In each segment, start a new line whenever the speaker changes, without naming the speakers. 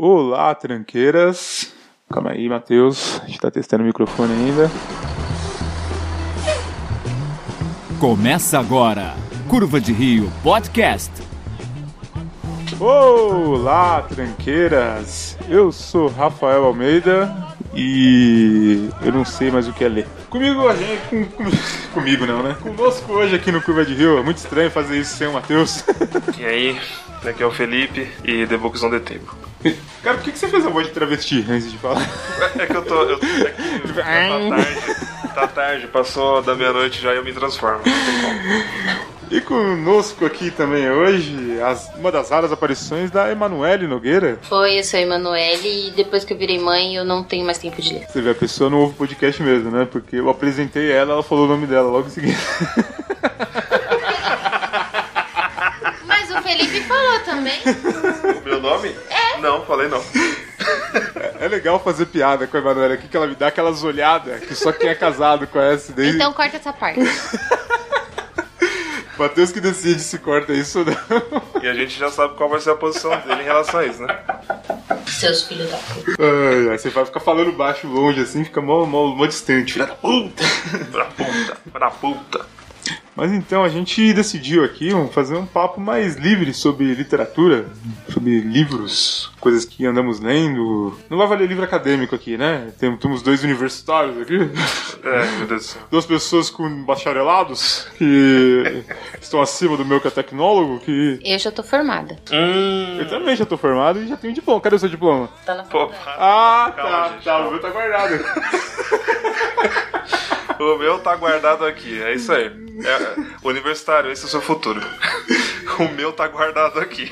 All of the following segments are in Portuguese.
Olá, tranqueiras! Calma aí, Matheus. A gente tá testando o microfone ainda.
Começa agora, Curva de Rio Podcast.
Olá, tranqueiras! Eu sou Rafael Almeida e eu não sei mais o que é ler. Comigo a gente. com- com- comigo não, né? Conosco hoje aqui no Curva de Rio. É muito estranho fazer isso sem o Matheus.
E aí, aqui é o Felipe e The Books on the Table.
Cara, por que, que você fez a voz de travesti antes de falar?
É que eu tô. Eu tô aqui, já tá tarde. Tá tarde, passou da meia-noite já e eu me transformo.
E conosco aqui também hoje, as- uma das raras aparições da Emanuele Nogueira.
Oi, eu sou a Emanuele e depois que eu virei mãe eu não tenho mais tempo de ler.
Você vê, a pessoa não ouve o podcast mesmo, né? Porque eu apresentei ela, ela falou o nome dela logo em seguida.
Mas o Felipe falou também.
O meu nome? Não, falei não.
É legal fazer piada com a Emanuela aqui, que ela me dá aquelas olhadas que só quem é casado conhece. Daí
Então corta essa parte.
Matheus que decide se corta isso ou não.
E a gente já sabe qual vai ser a posição dele em relação a isso, né?
Seus filhos da puta.
Ai, ai, você vai ficar falando baixo, longe, assim, fica mó, mó, mó distante. Filha da puta!
Pra puta, pra puta.
Mas então, a gente decidiu aqui vamos fazer um papo mais livre sobre literatura, sobre livros, coisas que andamos lendo. Não vai valer livro acadêmico aqui, né? Tem- Temos dois universitários aqui.
É, meu Deus do céu.
duas pessoas com bacharelados que estão acima do meu que é tecnólogo, que
Eu já tô formada.
Hum.
eu também já tô formado e já tenho diploma. Cadê o seu diploma?
Tá na
Pô,
faculdade.
Ah,
Calma,
tá,
gente,
tá,
calma.
o meu tá guardado.
o meu tá guardado aqui, é isso aí. É, universitário, esse é o seu futuro. O meu tá guardado aqui.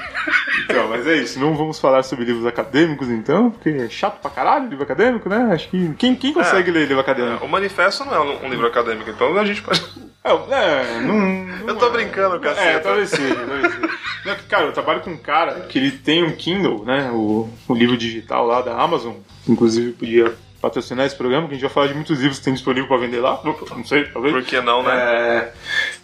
Então, mas é isso, não vamos falar sobre livros acadêmicos então, porque é chato pra caralho livro acadêmico, né? Acho que quem, quem consegue ler livro acadêmico?
O manifesto não é um livro acadêmico, então a gente pode.
É, é, não, não
Eu tô
é.
brincando, caceta.
É, talvez seja, talvez seja. Não, que, Cara, eu trabalho com um cara que ele tem um Kindle, né? O, o livro digital lá da Amazon. Inclusive, podia patrocinar esse programa, que a gente vai falar de muitos livros que tem disponível pra vender lá. Não sei, talvez.
Por que não, né?
É,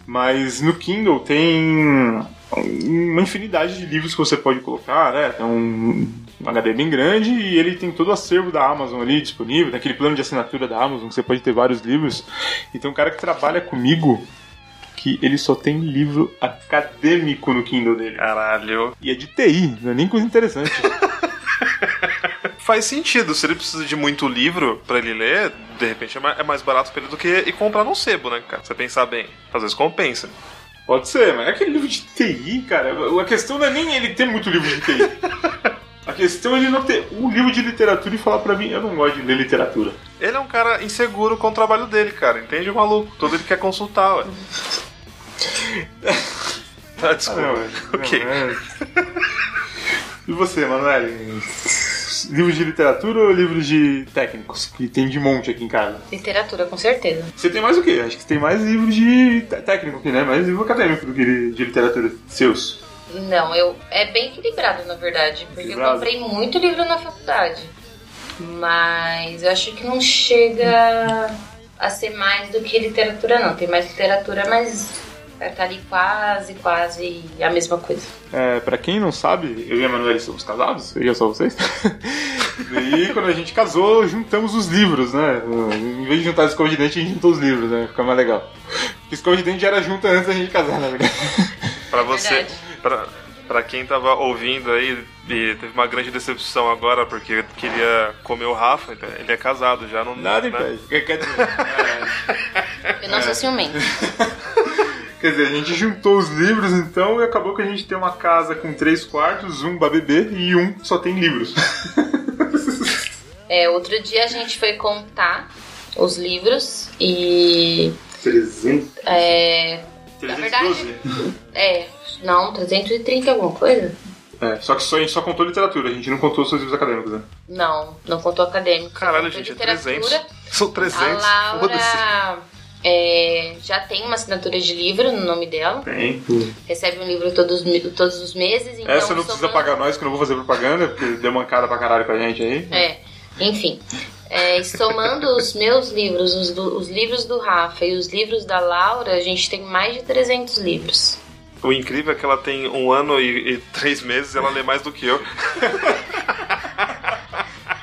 mas no Kindle tem uma infinidade de livros que você pode colocar, né? É um, um HD bem grande e ele tem todo o acervo da Amazon ali disponível, naquele plano de assinatura da Amazon, que você pode ter vários livros. E tem um cara que trabalha comigo que ele só tem livro acadêmico no Kindle dele.
Caralho.
E é de TI, não é nem coisa interessante.
Faz sentido, se ele precisa de muito livro pra ele ler, de repente é ma- é mais barato pra ele do que ir comprar num sebo, né, cara? Se você pensar bem, às vezes compensa.
Pode ser, mas é aquele livro de TI, cara. A questão não é nem ele ter muito livro de TI. A questão é ele não ter um livro de literatura e falar pra mim, eu não gosto de ler literatura.
Ele é um cara inseguro com o trabalho dele, cara. Entende, maluco? Todo ele quer consultar, ué. Tá, desculpa. ok.
E você, Manoel? Livro de literatura ou livros de técnicos? Que tem de monte aqui em casa.
Literatura, com certeza.
Você tem mais o quê? Acho que você tem mais livro de te- técnico aqui, né? Mais livro acadêmico do que de- de literatura. Seus.
Não, eu é bem equilibrado, na verdade, porque
Equilibrado.
eu comprei muito livro na faculdade. Mas eu acho que não chega a ser mais do que literatura, não. Tem mais literatura, mas tá ali quase, quase a mesma coisa.
É, pra quem não sabe, eu e a Manuela somos casados, eu e só vocês. e quando a gente casou, juntamos os livros, né? Em vez de juntar escova de dente, a gente juntou os livros, né? Fica mais legal. Porque escova de dente já era junta antes da gente casar, na verdade.
Pra você.
Verdade.
Pra, pra quem tava ouvindo aí e teve uma grande decepção agora porque queria comer o Rafa, ele é- ele é casado já, não.
Nada
né?
impede. Quer, quer dizer, é,
Eu não sou ciumenta.
quer dizer, a gente juntou os livros, então, e acabou que a gente tem uma casa com três quartos, um pra bebê e um só tem livros.
É, outro dia a gente foi contar os livros e.
300,
É, Na verdade-
312.
é não, 330 alguma coisa?
É, só que só, a gente só contou literatura, a gente não contou os seus livros acadêmicos, né?
Não, não contou acadêmico.
Caralho,
contou
gente, é
literatura.
300. São 300.
A
Foda-se.
Laura é, já tem uma assinatura de livro no nome dela.
Tem.
Recebe um livro todos, mi- todos os meses. Então
Essa não precisa
somando-
pagar nós, que eu não vou fazer propaganda, porque deu mancada pra caralho com a gente aí.
É, enfim. É, e somando os meus livros, os, do- os livros do Rafa e os livros da Laura, a gente tem mais de 300 livros.
O incrível é que ela tem um ano e, e três meses e ela lê mais do que eu.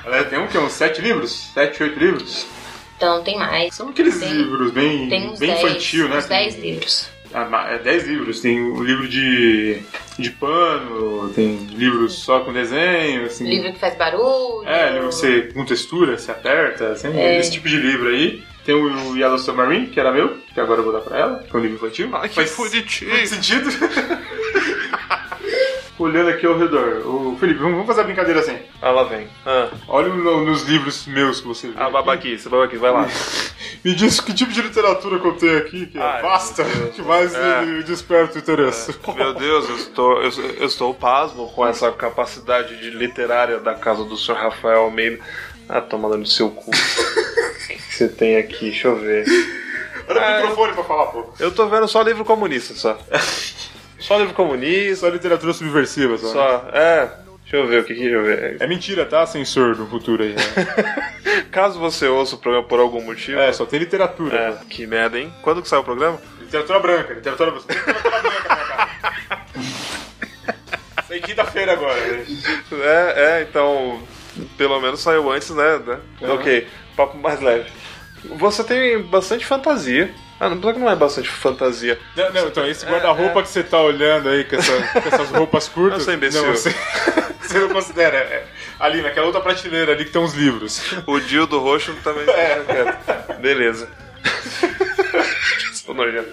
Ela tem um que? Uns sete livros? Sete, oito livros?
Então tem mais.
São aqueles
Tem-
livros bem,
Tem uns
bem
10,
infantil, né?
Uns 10 livros.
Ah, ma- é 10 livros. Tem o livro de, de pano, tem livros só com desenho, assim.
Livro que faz barulho.
É, livro que você com textura, se aperta, assim,
É.
esse tipo de livro aí. Tem o Yellow Submarine, que era meu, que agora eu vou dar pra ela, que é um livro infantil.
Ai, que
Faz
bonitinho.
muito sentido. Olhando aqui ao redor. O Felipe, vamos vamos fazer a brincadeira assim.
Ah, lá vem. Ah,
Olha no- nos livros meus que você viu.
ah babaquice, babaquice, vai lá.
Me diz que tipo de literatura que eu tenho aqui, que
Ai,
é vasta,
Ah, meu Deus.
que mais
É.
me desperta o interesse.
Meu Deus, eu estou, eu, eu estou pasmo com essa capacidade de literária da casa do Sr. Rafael Almeida. Ah, tomando no seu cu. O que que você tem aqui? Deixa eu ver.
Olha
Ah,
o é microfone pra falar, pô.
Eu tô vendo só livro comunista, só. Só livro comunista,
Só literatura subversiva, só.
só. É. Deixa eu ver o que que deixa eu ver.
É mentira, tá, censor do futuro aí. né?
Caso você ouça o programa por algum motivo.
é, só tem literatura.
É, que merda, hein? Quando que sai o programa?
Literatura branca, literatura, literatura branca, minha cara. Sai quinta-feira agora. né?
É, é, então. Pelo menos saiu antes, né? né?
Uhum.
Ok, papo mais leve. Você tem bastante fantasia. Ah, não, apesar que não é bastante fantasia.
Não, não, então,
É,
esse guarda-roupa que você tá olhando aí, com, essa- com essas roupas curtas.
Eu sou é imbecil.
Não, você, você não considera. é, ali, naquela outra prateleira ali que tem uns livros.
O Dildo Roxo também. É. Beleza. Sou nojento.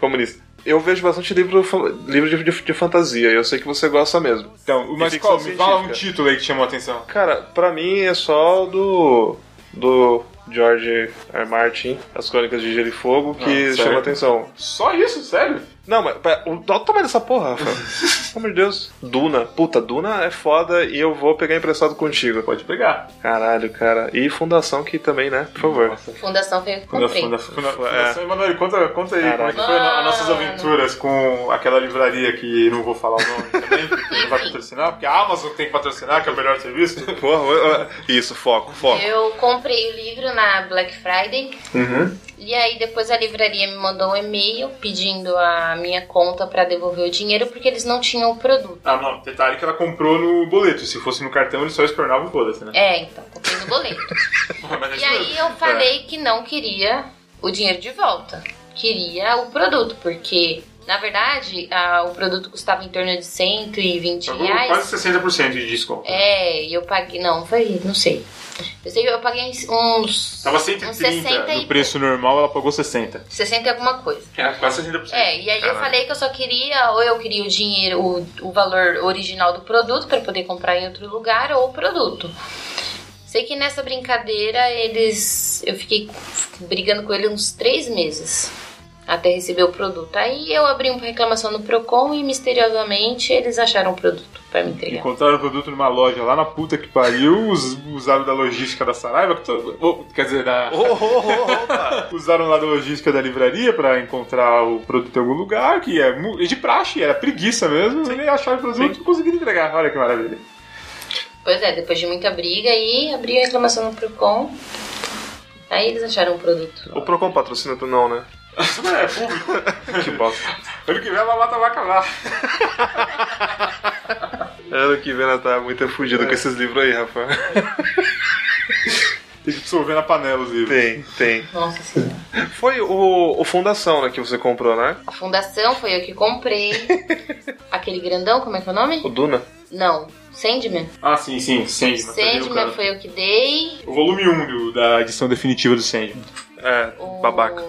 Comunista. Eu vejo bastante livro, fa- livro de, de, de fantasia, e eu sei que você gosta mesmo.
Então, mas
E
qual?
ficção
Me fala um
científica.
título aí que chamou a atenção.
Cara, pra mim é só do. do George R. Martin, As Crônicas de Gelo e Fogo, que
Ah, sério?
chama atenção.
Só isso, sério?
Não, mas pera, o- olha o tamanho dessa porra, Rafael. Pelo amor de Deus. Duna. Puta, Duna é foda e eu vou pegar emprestado contigo.
Pode pegar.
Caralho, cara. E Fundação que também, né? Por favor. É.
Fundação veio
Funda,
cumprir.
funda, funda, Fundação Emanuele, conta, conta aí
Caraca.
como é que foi a- as nossas
Mano.
aventuras com aquela livraria que não vou falar o nome também, porque não vai patrocinar, porque a Amazon tem que patrocinar, que é o melhor serviço.
Porra, eu- isso, foco, foco.
Eu comprei o livro na Black Friday.
Uhum.
E aí depois a livraria me mandou um e-mail pedindo a minha conta pra devolver o dinheiro porque eles não tinham o produto.
Ah, não, detalhe que ela comprou no boleto, se fosse no cartão ele só estornava o foda-se, né?
É, então, comprei no boleto.
Mas é
e
isso
aí
mesmo.
eu falei que não queria o dinheiro de volta. Queria o produto, porque, na verdade, ah, o produto custava em torno de 120
Pagou
reais.
Tá quase 60% de desconto.
É, e eu paguei. Não, foi, não sei. Eu sei que eu paguei uns.
Tava
uns
130
60
no
e,
preço normal, ela pagou 60.
60 e alguma coisa.
É, quase 60%.
É, e aí
Caralho.
eu falei que eu só queria, ou eu queria o dinheiro, o, o valor original do produto pra poder comprar em outro lugar, ou o produto. Sei que nessa brincadeira eles. Eu fiquei brigando com ele uns três meses até receber o produto. Aí eu abri uma reclamação no Procon e misteriosamente eles acharam o produto pra me entregar.
Encontraram o produto numa loja lá na puta que pariu, us- usaram da logística da Saraiva, que to- oh, quer dizer, da,
Oh, oh, oh, opa.
Usaram lá da logística da livraria pra encontrar o produto em algum lugar, que é mu- de praxe, era preguiça mesmo, e acharam o produto e conseguiram entregar. Olha que maravilha.
Pois é, depois de muita briga aí abri a reclamação no Procon. Aí eles acharam o produto.
O Procon patrocina tu não, né?
é público.
Que bosta.
Ano que vem a mamata vai acabar.
Ano que vem ela tá muito fudida com esses livros aí, Rafa.
Tem que dissolver na panela os livros.
Tem, tem.
Nossa senhora.
Foi o, o Fundação, né, que você comprou, né?
A fundação foi eu que comprei. Aquele grandão, como é que é o
O
nome?
Duna.
Não, Sandman.
Ah, sim, sim, Sandman.
Sandman foi eu que dei.
O volume 1 do- da edição definitiva do Sandman.
É,
O-
babaca.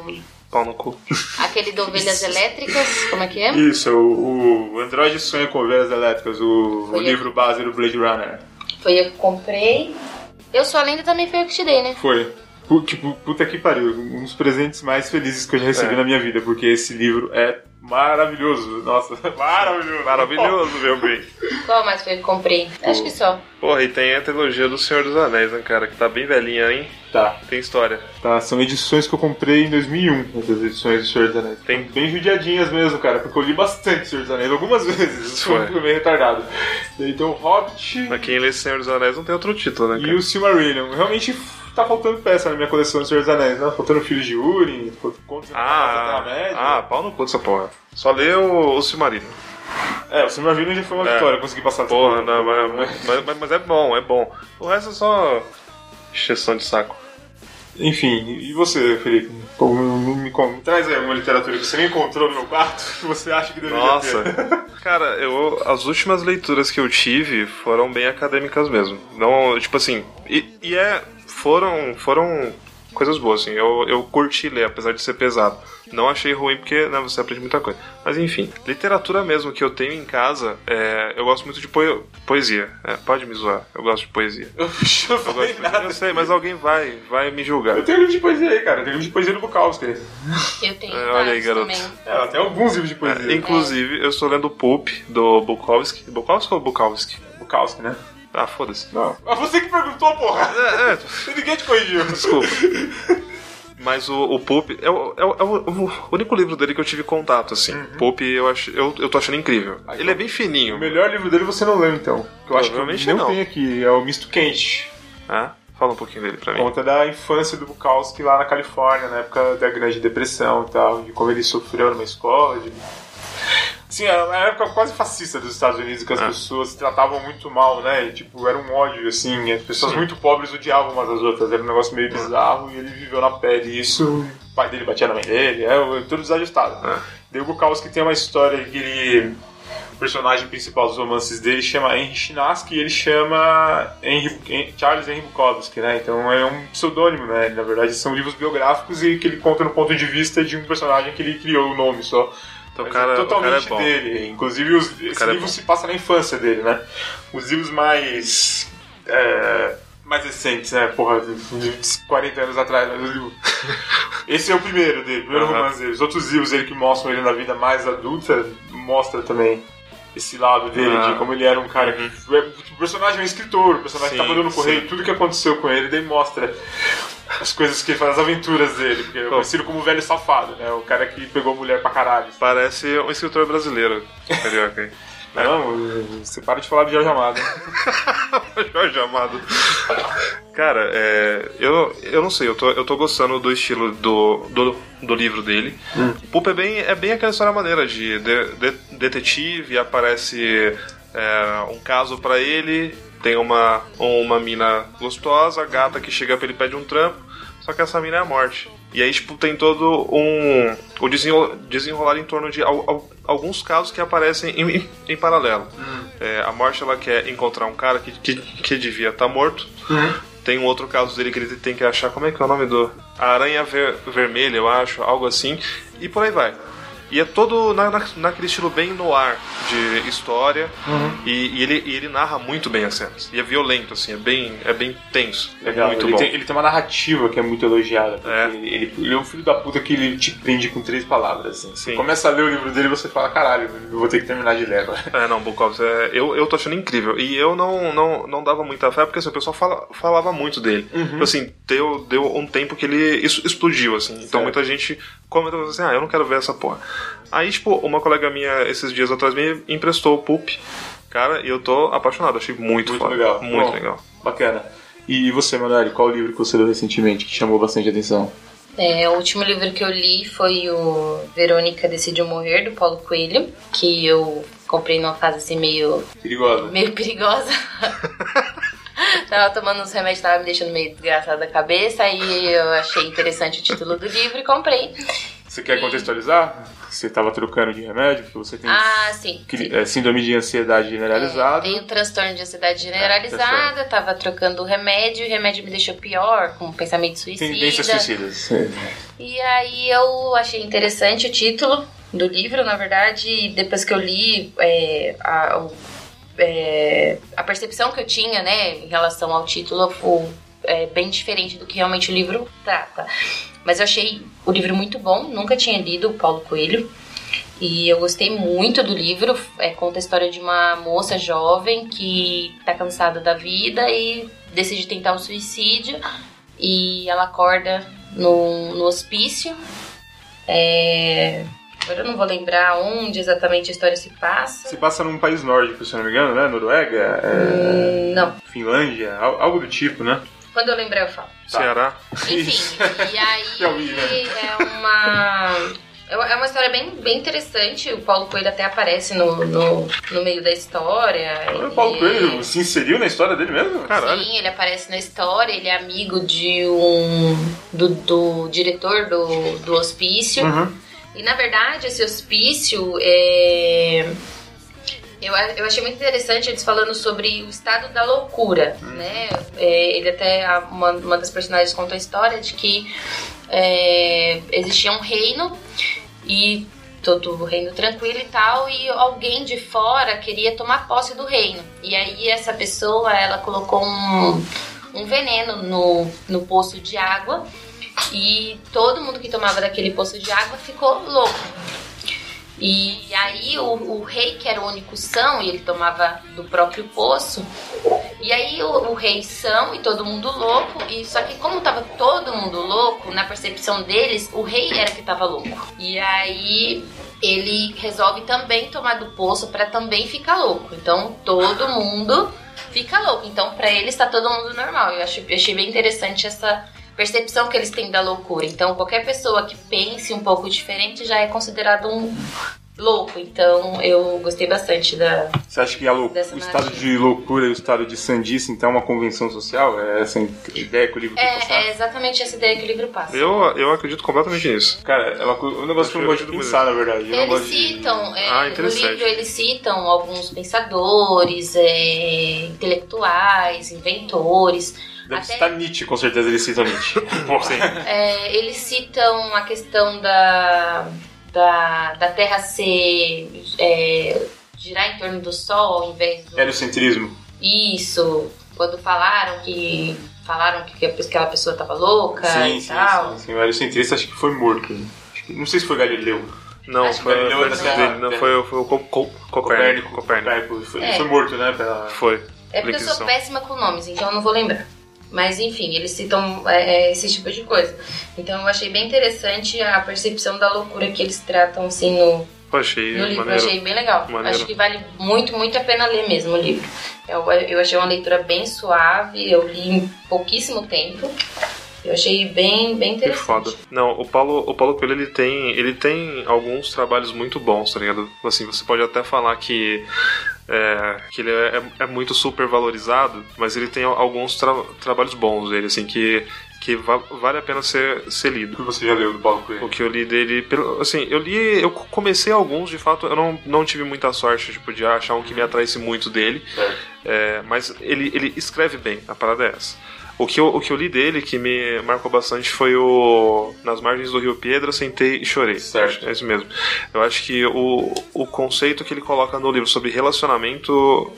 Pau no cu.
Aquele de ovelhas elétricas, como é que é?
Isso, o, o Android Sonha com Ovelhas Elétricas, o, o
Foi.
livro base do Blade Runner.
Foi eu que comprei. Eu sou a lenda também foi eu que te dei, né?
Foi. Pu- Tipo, puta que pariu. Um dos presentes mais felizes que eu já recebi
É.
na minha vida, porque esse livro é maravilhoso. Nossa, maravilhoso.
Maravilhoso, meu bem.
Qual mais foi eu que comprei? Acho que só.
Porra, e tem a trilogia do Senhor dos Anéis, né, cara? Que tá bem velhinha, hein?
Tá,
Tem história.
tá. São edições que eu comprei em 2001, essas edições do Senhor dos Anéis.
Tem.
Bem judiadinhas mesmo, cara, porque eu li bastante Senhor dos Anéis, algumas vezes.
Foi.
Foi. meio retardado. Daí tem o Hobbit
Pra quem lê Senhor dos Anéis não tem outro título, né,
e
cara?
o Silmarillion. Realmente tá faltando peça na minha coleção do Senhor dos Anéis, né? Faltando Filhos de Urim, Contos da
Ah,
Média.
ah, pau no cu dessa porra. Só lê o, o Silmarillion.
É, o Silmarillion já foi uma
É.
vitória, consegui passar.
Porra, não, mas, mas- mas- mas é bom, é bom. O resto é só exceção de saco.
Enfim, e você, Felipe? Como- me, me- me traz aí uma literatura que você nem encontrou no meu quarto, que você acha que deveria
Nossa,
ter.
cara, eu as últimas leituras que eu tive foram bem acadêmicas mesmo. Não, tipo assim, e, e é foram foram coisas boas assim. Eu, eu curti ler, apesar de ser pesado. Não achei ruim porque né, você aprende muita coisa. Mas enfim, literatura mesmo que eu tenho em casa, é, eu gosto muito de poe- poesia. É, pode me zoar, eu gosto de poesia.
Eu não
Eu, gosto de
falei
poesia.
nada.
eu sei, mas alguém vai vai me julgar.
Eu tenho livro de poesia aí, cara. Eu tenho livro de poesia do Bukowski.
Eu tenho
É, olha aí,
vários
garoto.
também.
É, ela tem alguns livros de poesia.
É, inclusive, eu estou lendo Pulp do Bukowski. Bukowski ou Bukowski?
Bukowski, né?
Ah, foda-se.
Não. Ah, você que perguntou, porra!
É, é,
Ninguém te corrigiu.
Desculpa. Mas o, o Pulp é, o- é o- é o o único livro dele que eu tive contato, assim. Pulp eu, acho, eu, eu tô achando incrível. Ele é bem
Uhum. tá. O
fininho.
melhor livro dele você não leu, então. Que eu acho que
Provavelmente
eu não,
não.
tem aqui. É o Misto Quente.
Ah, fala um pouquinho dele pra mim.
Conta da infância do Bukowski lá na Califórnia, na época da Grande Depressão e tal, de como ele sofreu numa escola. De... Assim, era uma época quase fascista dos Estados Unidos, que as
Ah.
pessoas se tratavam muito mal, né? E, tipo, era um ódio, assim, as pessoas muito pobres odiavam umas às outras, era um negócio meio bizarro e ele viveu na pele isso. e O pai dele batia na mãe dele, é o- tudo desajustado.
Ah.
Daí o Bukowski tem uma história que ele. O personagem principal dos romances dele chama Henry Chinaski e ele chama Henry- Hen- Charles Henry Bukowski, né? Então é um pseudônimo, né? Na verdade são livros biográficos e que ele conta no ponto de vista de um personagem que ele criou o nome só.
Então, o
Mas
cara,
é
o cara é
totalmente
bom.
dele. Inclusive, os, esse
cara é
livro
bom.
se passa na infância dele, né? Os livros mais. é, mais recentes, né? Porra, de- de 40 anos atrás. né? Os livros- Esse é o primeiro dele, o primeiro
Aham.
romance dele. Os outros livros dele que mostram ele na vida mais adulta mostra também esse lado dele,
Ah.
de como ele era um cara que. O personagem é um escritor, o personagem
Sim,
tá mandando no correio,
sim.
tudo que aconteceu com ele, daí mostra as coisas que ele faz, as aventuras dele, porque é conhecido como o velho safado, né? O cara que pegou mulher pra caralho.
Parece um escritor brasileiro. Carioca, hein?
Não, você para de falar de Jorge Amado.
Jorge Amado. Cara, é, eu, eu não sei, eu tô, eu tô gostando do estilo do, do, do livro dele. O Pulp é bem, é bem aquela história maneira de, de- de- detetive, aparece é, um caso pra ele, tem uma, uma mina gostosa, a gata que chega pra ele e pede um trampo, só que essa mina é a morte. E aí, tipo, tem todo um. o desenro- desenrolar em torno de al- al- alguns casos que aparecem em, em- em paralelo. É, a morte ela quer encontrar um cara que, que, que devia estar morto. Tem um outro caso dele que ele tem que achar. Como é que é o nome do. A Aranha Ver- Vermelha, eu acho, algo assim. E por aí vai. E é todo na, na- naquele estilo bem no ar de história. E, e ele, e ele narra muito bem as cenas. E é violento, assim, é bem, é bem tenso. é muito
ele,
bom.
Tem, ele tem uma narrativa que é muito elogiada. porque
É.
Ele, ele- ele é um filho da puta que ele te prende com três palavras. Assim. Você
Sim.
começa a ler o livro dele e você fala, caralho, eu vou ter que terminar de ler agora.
É, não, Bukowski, é, eu, eu tô achando incrível. E eu não, não, não dava muita fé, porque assim, o pessoal fala- falava muito dele. Tipo assim, deu, deu um tempo que ele es- explodiu, assim. Então
Certo.
muita gente comenta assim, ah, eu não quero ver essa porra. Aí, tipo, uma colega minha, esses dias atrás, me emprestou o Pulp. Cara, e eu tô apaixonado, achei muito,
Muito
foda.
legal.
Muito
Bom.
legal.
Bacana. E você, Manoel, qual livro que você leu recentemente que chamou bastante atenção?
É, o último livro que eu li foi o Verônica Decidiu Morrer, do Paulo Coelho, que eu comprei numa fase assim meio,
Perigosa.
meio perigosa. tava tomando uns remédios, tava me deixando meio desgraçada da cabeça, aí eu achei interessante o título do livro e comprei.
Você quer contextualizar? Você estava trocando de remédio porque você tem
Ah, sim.
cri-
sim. É,
é, síndrome de ansiedade generalizada.
Tenho transtorno de ansiedade
É,
generalizada, tava trocando remédio, e o remédio me deixou pior, com um pensamento
Tendências
suicida.
suicidas. É.
E aí eu achei interessante o título do livro, na verdade, e depois que eu li é, a, o- é, a percepção que eu tinha, né, em relação ao título, o- é bem diferente do que realmente o livro trata. Mas eu achei o livro muito bom, nunca tinha lido o Paulo Coelho. E eu gostei muito do livro. É, conta a história de uma moça jovem que tá cansada da vida e decide tentar o suicídio. E ela acorda no, no hospício. É, Agora eu não vou lembrar onde exatamente a história se passa.
Se passa num país nórdico, se eu não me engano, né? Noruega? é,
Hum, não.
Finlândia, al- algo do tipo, né?
Quando eu lembrar, eu falo.
Ceará.
Enfim, e aí
Piauí, né?
é uma. É uma é uma história bem, bem interessante. O Paulo Coelho até aparece no, no, no meio da história.
O Paulo
Ele-
Coelho se inseriu na história dele mesmo?
Caralho.
Sim, ele aparece na história, ele é amigo de um. do, do diretor do, do hospício.
Uhum.
E na verdade, esse hospício é. Eu, a- eu achei muito interessante eles falando sobre o estado da loucura, né? É, ele até, a- uma, uma das personagens conta a história de que é, existia um reino e todo o reino tranquilo e tal, e alguém de fora queria tomar posse do reino. E aí essa pessoa, ela colocou um, um veneno no, no poço de água e todo mundo que tomava daquele poço de água ficou louco. E aí o, o rei, que era o único são, e ele tomava do próprio poço, e aí o, o rei são e todo mundo louco, e só que como tava todo mundo louco, na percepção deles, o rei era que tava louco. E aí ele resolve também tomar do poço para também ficar louco. Então todo mundo fica louco. Então pra eles tá todo mundo normal. Eu acho, eu achei bem interessante essa percepção que eles têm da loucura. Então qualquer pessoa que pense um pouco diferente já é considerado um louco. Então eu gostei bastante da
Você acha que a lou-
Dessa
o estado
narrativa.
de loucura e o estado de sandice, então, é uma convenção social? É essa a ideia que o livro quer passar?
É, é exatamente essa ideia que o livro passa.
Eu, eu acredito completamente nisso.
Cara, é uma co- um negócio que eu não gosto de
Eu-
pensar, na verdade. Eu não
Eles
gosto de-
citam, é,
Ah,
no
interessante.
livro eles citam alguns pensadores, é, intelectuais, inventores.
Deve
Até-
citar Nietzsche, com certeza eles citam Nietzsche. Sim.
É, eles citam a questão da, da, da Terra ser. é, girar em torno do Sol ao invés
É.
do.
Heliocentrismo.
Isso, quando falaram que. Falaram que aquela pessoa tava louca
sim,
e
sim,
tal.
sim, sim. O heliocentrista acho que foi morto. né? Acho que- Não sei se foi Galileu.
Não,
Acho que
foi,
ele
foi,
leu
antes
essa-
dele, não, foi, foi o Co- Co- Copérnico. Copérnico.
Copérnico. Foi,
É.
foi morto, né? pela-
Foi.
É porque eu sou
Inquisição.
péssima com nomes, então eu não vou lembrar. Mas enfim, eles citam é, é, esse tipo de coisa. Então eu achei bem interessante a percepção da loucura que eles tratam assim no,
Pô, achei
no livro. Eu
maneiro.
achei bem legal.
Maneiro.
Acho que vale muito, muito a pena ler mesmo o livro. Eu, eu achei uma leitura bem suave, eu li em pouquíssimo tempo. Eu achei bem, bem
Que é
interessante.
foda. Não, o Paulo, o Paulo Coelho ele tem, ele tem alguns trabalhos muito bons, tá ligado? Assim, você pode até falar que é, que ele é, é muito super valorizado, mas ele tem alguns tra- trabalhos bons dele, assim, que, que va- vale a pena ser, ser lido.
O que você já leu do Paulo Coelho?
O que eu li dele, pelo- assim, eu li, eu comecei alguns, de fato, eu não, não tive muita sorte, tipo, de achar um que me atraísse muito dele. É, mas ele, ele escreve bem, a parada é essa. O que, eu, o que eu li dele que me marcou bastante foi o Nas Margens do Rio Pedra, Sentei e Chorei.
Certo.
É isso mesmo. Eu acho que o, o conceito que ele coloca no livro sobre relacionamento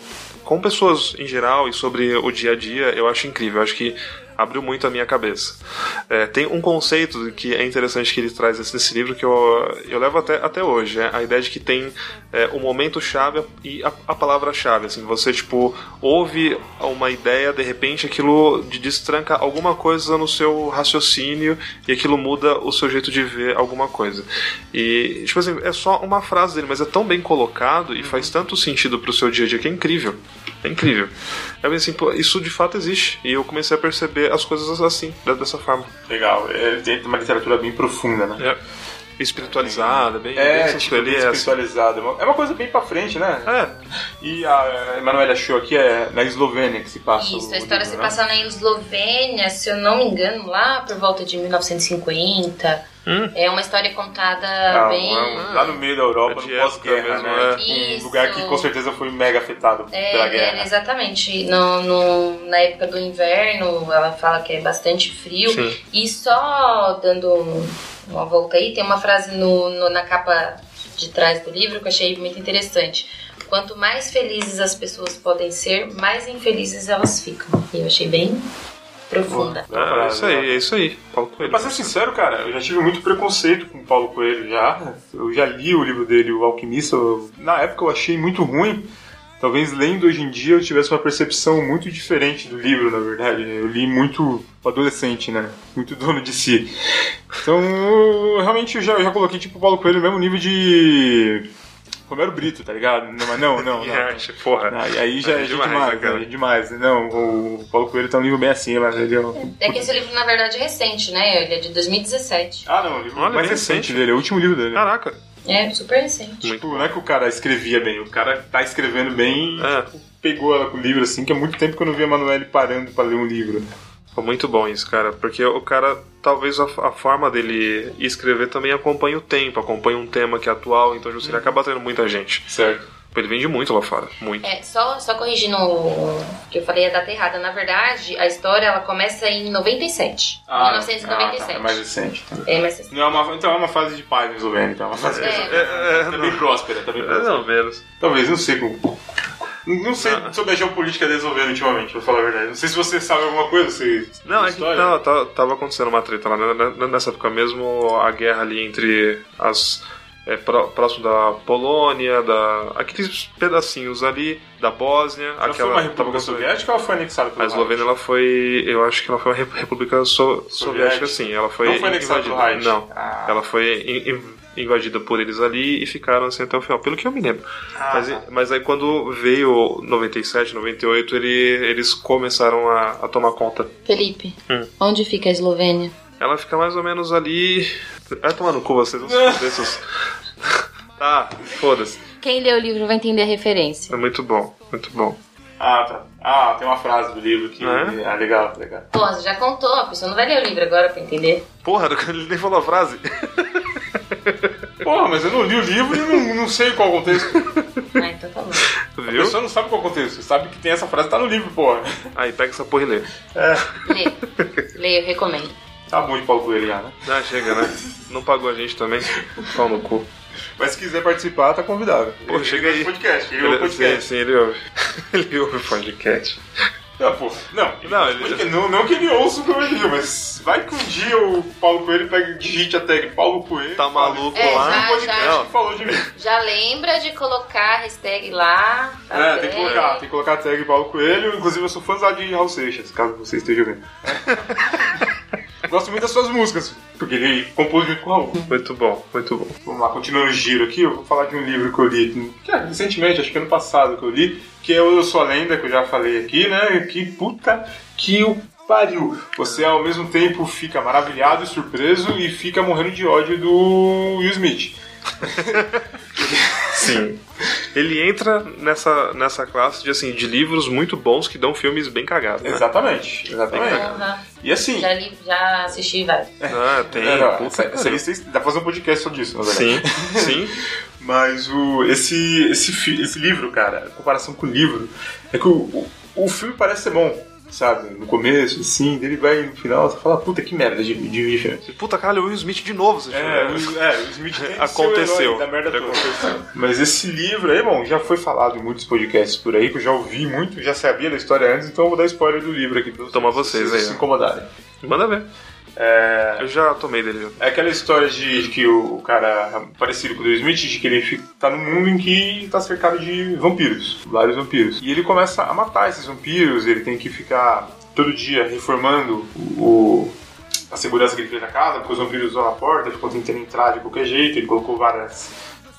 com pessoas em geral e sobre o dia a dia, eu acho incrível. Eu acho que abriu muito a minha cabeça. É, tem um conceito que é interessante que ele traz nesse, nesse livro que eu, eu levo até, até hoje. É a ideia de que tem é, o momento-chave e a, a palavra-chave. Assim, você, tipo, ouve uma ideia, de repente aquilo de- destranca alguma coisa no seu raciocínio e aquilo muda o seu jeito de ver alguma coisa. E, tipo assim, é só uma frase dele, mas é tão bem colocado e faz tanto sentido pro seu dia a dia que é incrível. É incrível. É bem assim, pô, isso de fato existe. E eu comecei a perceber as coisas assim, de- dessa forma.
Legal. É, Ele tem uma literatura bem profunda, né?
É. Espiritualizada, bem, bem
É,
essas
tipo,
coisas.
bem
Ele é assim.
espiritualizada. É uma- é uma coisa bem pra frente, né?
Ah.
É,
E a Emanuela achou aqui é na Eslovênia que se passa.
Isso,
o
a história
livro,
se
né?
passa na Eslovênia, se eu não me engano, lá por volta de 1950.
Hum.
É uma história contada
Ah,
bem.
um- lá no meio da Europa,
É de
no pós-guerra,
época
né?
mesmo,
é.
Um lugar que com
Isso.
certeza foi mega afetado pela
É,
guerra.
é, exatamente. No, no- na época do inverno, ela fala que é bastante frio.
Sim.
E só dando um- uma volta aí, tem uma frase no- no- na capa de trás do livro que eu achei muito interessante. Quanto mais felizes as pessoas podem ser, mais infelizes elas ficam. E eu achei bem profunda.
Boa
é, é
frase,
isso aí,
né?
é isso aí. Paulo Coelho.
Pra ser sincero, cara, eu já tive muito preconceito com o Paulo Coelho já. Eu já li o livro dele, O Alquimista. eu- na época eu achei muito ruim. Talvez lendo hoje em dia eu tivesse uma percepção muito diferente do livro, na verdade. né? Eu li muito adolescente, né? Muito dono de si. Então, eu- realmente eu já, eu já coloquei tipo o Paulo Coelho no mesmo nível de Romero Brito, tá ligado? Não, mas não, não. não.
E arte, porra.
Não, e aí já
Aí
é,
é
demais,
demais, né, cara?
né? é demais. Não, o Paulo Coelho tá um livro bem assim, mas ele é um...
É que esse livro, na verdade, é recente, né? Ele é de 2017.
Ah, não, o livro
Olha,
mais
bem
recente
recente.
dele, é o último livro dele.
Caraca.
É, super recente.
Tipo, não é que o cara escrevia bem, o cara tá escrevendo bem e
É,
pegou ela com o livro, assim, que há muito tempo que eu não vi a Manoel parando pra ler um livro.
foi muito bom isso, cara. Porque o cara, talvez a, a forma dele escrever também acompanha o tempo, acompanha um tema que é atual, então
Uhum.
justo, ele acaba atraindo muita gente.
Certo.
Ele vende muito lá fora, muito.
É, só, só corrigindo o que eu falei a data errada. Na verdade, a história ela começa em 97.
Ah,
1997.
é mais recente.
É, mas assim,
Não, é uma, então é uma fase de paz resolvendo, tá? Uma fase
É.
resolvendo.
É, é,
Tá
não,
bem próspera, tá bem
é,
próspera.
não, menos.
Talvez, não sei como. Não sei
Ah.
sobre a geopolítica resolvendo ultimamente, pra falar a verdade. Não sei se você sabe alguma coisa, você.
Não, é que
história.
tava, tava- tava acontecendo uma treta lá. né? N- Nessa época mesmo, a guerra ali entre as. é, pró- próximo da Polônia, da. Aqueles pedacinhos ali, da Bósnia,
Ela
aquela.
foi uma
tava
república
acontecendo-
soviética ou ela foi anexada pelo
A Eslovênia, ela foi. Eu acho que ela foi uma rep- república so- soviética, sim. Ela foi.
Não foi anexada pelo
invadida-
Reich?
Não. É
Ah.
Ela foi in- in- invadida por eles ali e ficaram assim até o final, pelo que eu me lembro.
Ah.
Mas, mas aí quando veio 97, 98, ele, eles começaram a, a tomar conta.
Felipe,
Hum.
onde fica a Eslovênia?
Ela fica mais ou menos ali. Vai tomar no cu vocês, vão se fuder, seus- Tá, foda-se.
Quem lê o livro vai entender a referência.
É muito bom, muito bom.
Ah, tá. Ah, tem uma frase do livro que.
É?
Ah, legal, legal.
Pô, você já contou, a pessoa não vai ler o livro agora pra entender.
Porra, ele nem falou a frase.
Porra, mas eu não li o livro e não, não sei qual é o contexto.
Ah, então tá bom.
A
Viu?
pessoa não sabe qual é o contexto, sabe que tem essa frase tá no livro, porra.
Aí pega essa porra e lê.
Lê. Lê, eu recomendo.
Tá bom de Paulo Coelho já, né?
Ah, chega, né? Não pagou a gente também. Pau no cu.
Mas se quiser participar, tá convidado.
Pô, chega aí.
Podcast, ele
Ele,
ouve
sim,
podcast.
sim, ele ouve. Ele ouve podcast.
Não, pô, Ah, não. ele-
Não, ele-
podcast- não, não que ele ouça o que eu digo, mas vai que um dia o Paulo Coelho pega, digite a tag Paulo Coelho.
Tá
fala,
maluco
É,
"Tem
lá?
um podcast
Não.
que falou de mim.
Já lembra de colocar a hashtag lá? tá
É, tem
bem?
que colocar, tem que colocar a tag Paulo Coelho. Inclusive, eu sou fãzão de Raul Seixas, caso você esteja vendo. Gosto muito das suas músicas, porque ele compôs junto com o Raul.
Muito bom, muito bom.
Vamos lá, continuando o giro aqui, eu vou falar de um livro que eu li que é recentemente, acho que ano passado que eu li, que é o Eu Sou a Lenda, que eu já falei aqui, né? Que puta que o pariu. Você ao mesmo tempo fica maravilhado e surpreso e fica morrendo de ódio do Will Smith.
Sim. Ele entra nessa, nessa classe de, assim, de livros muito bons que dão filmes bem cagados.
É.
Né?
Exatamente, exatamente.
Porra,
E assim,
Já, li, já assisti vários.
Ah, tem.
é, não,
puta
essa,
que
essa
pariu.
lista dá pra fazer um podcast só disso, na verdade.
Sim, sim.
Mas o, esse, esse, fi- esse livro, cara, a comparação com o livro, é que o, o, o filme parece ser bom, sabe? No começo, assim, dele vai no final, você fala, puta que merda de, de, de filme.
Puta caralho, o Will Smith de novo. Você
É, o, é, o Smith tem que ser o
Aconteceu.
herói da merda toda. Mas esse livro aí, bom, já foi falado em muitos podcasts por aí, que eu já ouvi muito, já sabia da história antes, então eu vou dar spoiler do livro aqui pra
Toma vocês aí,
se
ó.
incomodarem.
Manda ver. Eu já tomei dele. já.
É aquela história de, de que o, o cara parecido com o Will Smith, de que ele fica, tá num mundo em que tá cercado de vampiros, vários vampiros. E ele começa a matar esses vampiros, ele tem que ficar todo dia reformando o, a segurança que ele fez na casa, porque os vampiros usam a porta, ficou tentando entrar de qualquer jeito, ele colocou várias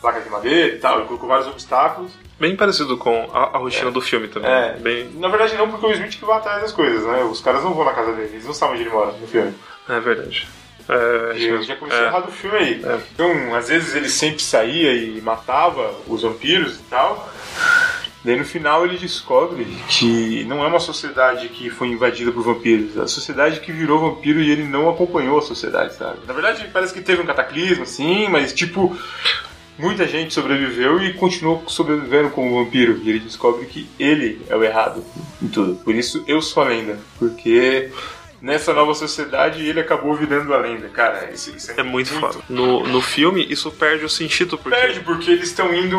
placas de madeira e tal, ele colocou vários obstáculos.
Bem parecido com a, a rotina do filme também.
É.
Bem,
Na verdade não, porque o Will Smith que vai atrás das coisas, né? Os caras não vão na casa dele, eles não sabem onde ele mora no filme.
é verdade. É, acho
Eu
mesmo.
já comecei
É.
errado o filme aí.
É.
Então, às vezes ele sempre saía e matava os vampiros e tal. Daí no final ele descobre que não é uma sociedade que foi invadida por vampiros, é a sociedade que virou vampiro e ele não acompanhou a sociedade, sabe? Na verdade, parece que teve um cataclismo, assim, mas tipo, muita gente sobreviveu e continuou sobrevivendo como vampiro. E ele descobre que ele é o errado em tudo. Por isso eu sou a lenda, porque nessa nova sociedade ele acabou virando a lenda. Cara, isso, isso
É muito foda. No, no filme, isso perde o sentido, porque.
Perde, porque eles estão indo.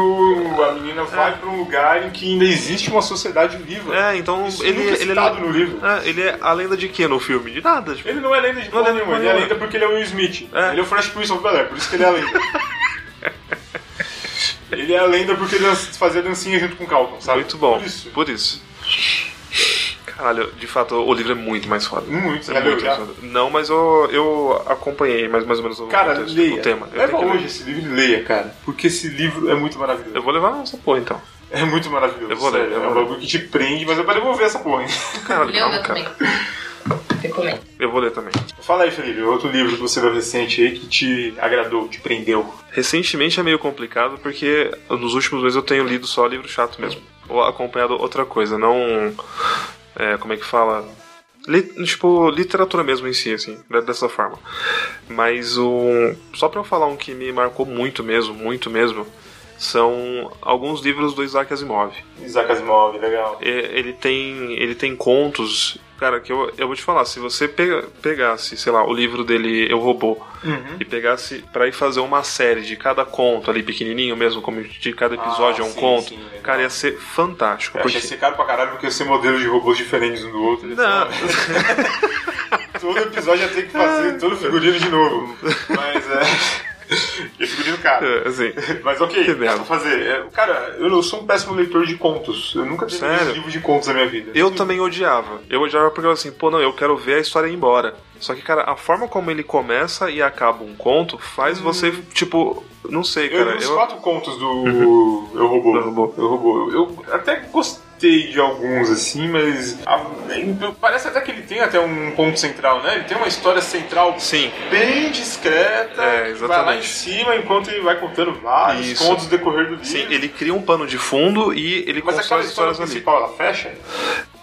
A menina vai pra um lugar em que ainda existe uma sociedade viva.
É, então
Isso
ele,
nunca é
ele,
citado no livro.
É, ele é a lenda de quê no filme? De nada, tipo.
Ele não é lenda de
Não é
porra
lenda de
nenhuma,
porra
ele é
nenhuma.
lenda porque ele é o Will Smith.
É.
Ele é o Fresh Prince of Bel-Air, por isso que ele é a lenda. ele
Tá
é a lenda porque ele dan- fazia dancinha junto com o Calton, sabe?
Muito bom.
Por isso.
Por isso. Caralho, de fato, o livro é muito mais foda.
Muito,
é
já leu
muito
já?
mais foda. Não, mas eu, eu acompanhei mais, mais ou menos o,
Cara,
contexto,
leia.
o tema. Eu
Leva
tenho que ler.
hoje esse livro e leia, cara. Porque esse livro é muito maravilhoso.
Eu vou levar essa porra então.
É muito maravilhoso.
Eu vou ler,
sério.
eu
É um
vou ler.
bagulho que te prende, mas é pra devolver essa porra, hein?
Caralho,
Leu o meu
calma,
também.
cara.
Recomendo.
Eu vou ler também.
Fala aí, Felipe, outro livro que você leu recente aí que te agradou, te prendeu.
Recentemente é meio complicado porque nos últimos meses eu tenho lido só livro chato mesmo. Ou acompanhado outra coisa, não. é, como é que fala? Li- tipo, literatura mesmo em si, assim, de- dessa forma. Mas o. Só pra eu falar um que me marcou muito mesmo, muito mesmo, são alguns livros do Isaac Asimov.
Isaac Asimov, legal.
E- Ele tem, ele tem contos. Cara, que eu, eu vou te falar, se você pega- pegasse, sei lá, o livro dele Eu Robô, e pegasse pra ir fazer uma série de cada conto ali pequenininho mesmo, como de cada episódio
Ah,
é um
sim,
conto,
sim, legal.
cara, ia ser fantástico.
Eu
porque...
achei esse caro pra caralho porque ia ser modelo de robôs diferentes um do outro. eles
Não.
são- todo episódio ia ter que fazer todo figurino de novo. Mas é. E figurino caro.
É, assim,
Mas ok,
Que
dá pra
merda.
fazer. É, Cara, eu não sou um péssimo leitor de contos. Eu nunca tive
Sério?
um livro de contos na minha vida.
eu também odiava. Eu odiava porque eu assim, pô, não, eu quero ver a história ir embora. Só que, cara, a forma como ele começa e acaba um conto faz você, tipo, não sei,
Hum. Eu
cara.
li os
eu-
quatro contos do Eu Robô.
Do Robô.
Eu, Robô. Eu- eu até gostei de alguns, assim, mas. a- parece até que ele tem até um ponto central, né? Ele tem uma história central
Sim,
bem discreta,
É,
que vai lá em
exatamente.
cima enquanto ele vai contando vários
Isso.
contos do decorrer do livro.
sim, ele cria um pano de fundo e ele
Mas
constrói
aquela
as
história
histórias ali.
principal, ela fecha?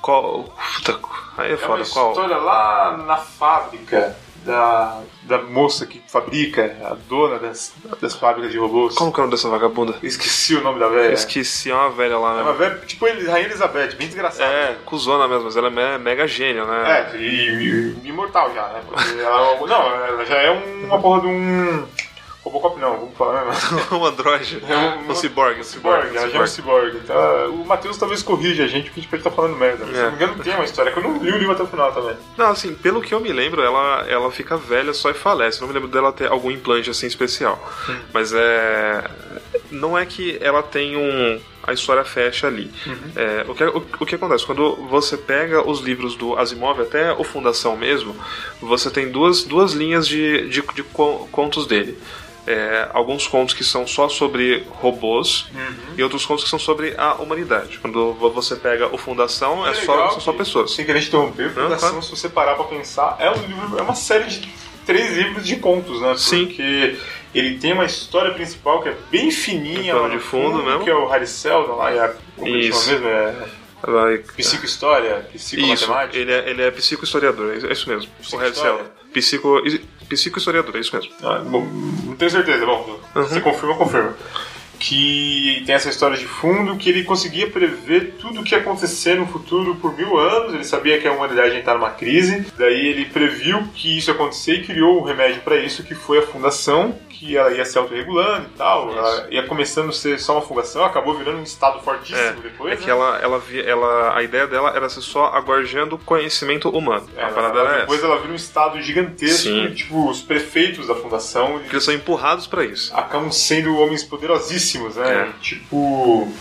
Qual. Puta, aí é
É uma
foda, qual?
história lá na fábrica da, da moça que fabrica, a dona das, das fábricas de robôs.
Como que é o nome dessa vagabunda?
Esqueci o nome da velha.
Esqueci, é uma velha lá.
É uma velha, tipo ele- Rainha Elizabeth, bem desgraçada.
É, cuzona mesmo, mas ela é me- mega gênia, né?
É, e, e imortal já, né? Porque ela, não, ela já é um- uma porra de um. Robocop não, vamos falar mesmo.
um androide.
É um-
um, ciborgue,
Cyborg,
um ciborgue.
ela já é um cyborg. Então, ah, o Matheus talvez corrija a gente, porque a gente pode estar tá falando merda. Mas,
É.
Se não me engano, tem uma história que eu não li o livro até o final também.
Não, assim, pelo que eu me lembro, ela, ela fica velha só e falece. Não me lembro dela ter algum implante assim especial. Mas é. Não é que ela tem um. A história fecha ali.
Uhum.
É, o, que, o, o que acontece? Quando você pega os livros do Asimov, até o Fundação mesmo, você tem duas, duas linhas de, de, de con- contos dele. É, alguns contos que são só sobre robôs
Uhum.
e outros contos que são sobre a humanidade. Quando vo- você pega o Fundação, é, só,
legal
são só
que,
pessoas.
Sem querer te interromper,
Não,
Fundação,
claro.
se você parar pra pensar, é um livro, é uma série de três livros de contos, né?
Sim.
Porque ele tem uma história principal que é bem fininha lá
Um plano
no
de fundo mesmo.
que é o Harry Seldon lá, e a como que
Isso.
chama mesmo, é
Vai-
psicohistória,
Isso,
psicomatemática.
ele é, ele é psicohistoriador, é isso mesmo. O Harry
Psicohistória?
Seldon. Psico, psicohistoriador, é isso mesmo.
Ah, bom, não tenho certeza, bom, você confirma, confirma. Que tem essa história de fundo que ele conseguia prever tudo o que ia acontecer no futuro por mil anos, ele sabia que a humanidade ia entrar numa crise, daí ele previu que isso ia acontecer e criou um remédio para isso, que foi a fundação, que ela ia se autorregulando e tal, ela ia começando a ser só uma fundação, acabou virando um estado
É,
fortíssimo depois.
é que
né?
ela, ela, vi- ela, a ideia dela era ser só aguardando conhecimento humano.
É,
a parada
ela-
era
depois
essa.
ela vira um estado gigantesco,
Sim.
tipo, os prefeitos da fundação. eles-
Porque eles são empurrados pra isso.
acabam sendo homens poderosíssimos, né?
É.
Tipo.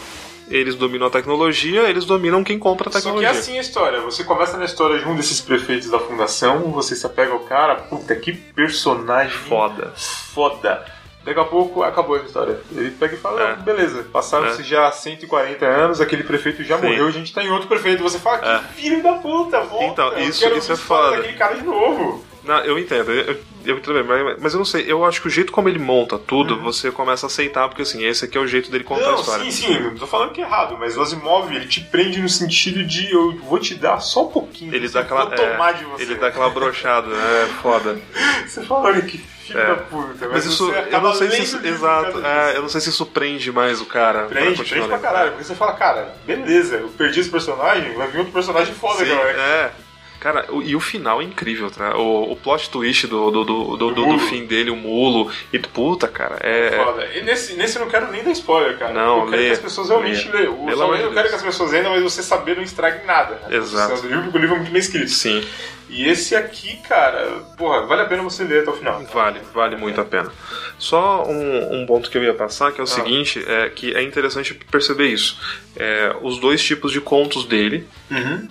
Eles dominam a tecnologia, eles dominam quem compra a
Só que é
tecnologia.
assim a história. Você começa na história de um desses prefeitos da fundação, você se apega ao cara, puta, que personagem
Foda.
foda. Daqui a pouco acabou a história. Ele pega e fala,
É.
"Ah, beleza, passaram-se já 140 anos, aquele prefeito já
Sim.
morreu, a gente tá em outro prefeito. Você fala, que
É.
filho da puta, volta,
Então,
eu
isso-
quero
isso
ouvir história
é foda.
daquele cara de novo.
Não, eu entendo, eu, eu entendo bem, mas, mas eu não sei, eu acho que o jeito como ele monta tudo, você começa a aceitar, porque assim, esse aqui é o jeito dele contar a
Uhum. Não,
história.
sim, sim, não tô falando que é errado, mas o Asimov, ele te prende no sentido de eu vou te dar só um pouquinho.
Ele
eu
dá, aquela,
Vou tomar
é,
de você.
ele dá aquela brochada, né? Foda.
Você fala, olha que filho
É.
da puta.
Mas isso, eu não sei se isso, exato, é, eu não sei se isso prende mais o cara.
Prende, prende
continuar
pra
lendo.
caralho, porque você fala, cara, beleza, eu perdi esse personagem, vai vir outro personagem foda,
Sim,
cara.
é. Cara, o- e o final é incrível, tá? O, o plot twist do, do, do, do, do- do
mulo.
fim dele, o mulo, e puta, cara, é.
Foda. E nesse, nesse eu não quero nem dar spoiler, cara.
Não,
eu quero
leia,
que as pessoas realmente
leia.
leiam. O-
Pelo
só
amor
Eu quero
de Deus.
que as pessoas leiam, mas você saber não estrague nada. né?
Exato.
Porque o livro é muito bem escrito.
Sim.
E E esse aqui, cara, porra, vale a pena você ler até o final.
Vale, vale muito a pena. Só um, um ponto que eu ia passar,
Ah.
que é o seguinte, é que é interessante perceber isso. É, os dois tipos de contos dele.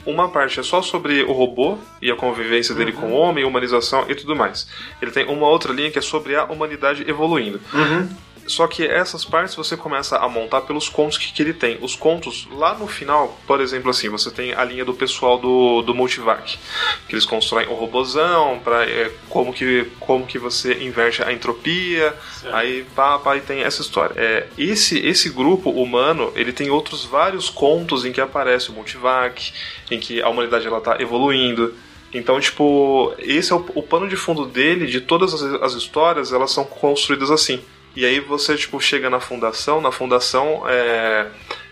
Uma parte é só sobre o robô e a convivência dele com o homem, humanização e tudo mais. Ele tem uma outra linha que é sobre a humanidade evoluindo. Uhum. Só que essas partes você começa a montar pelos contos que, que ele tem. Os contos, lá no final, por exemplo, assim, você tem a linha do pessoal do, do Multivac, que eles constroem o robozão, pra, é, como, que, como que você inverte a entropia, aí pá, pá, e tem essa história. É, esse, esse grupo humano, ele tem outros vários contos em que aparece o Multivac, em que a humanidade ela tá evoluindo. Então, tipo, esse é o, o pano de fundo dele, de todas as, as histórias, elas são construídas assim. E aí você, tipo, chega na fundação, na fundação é.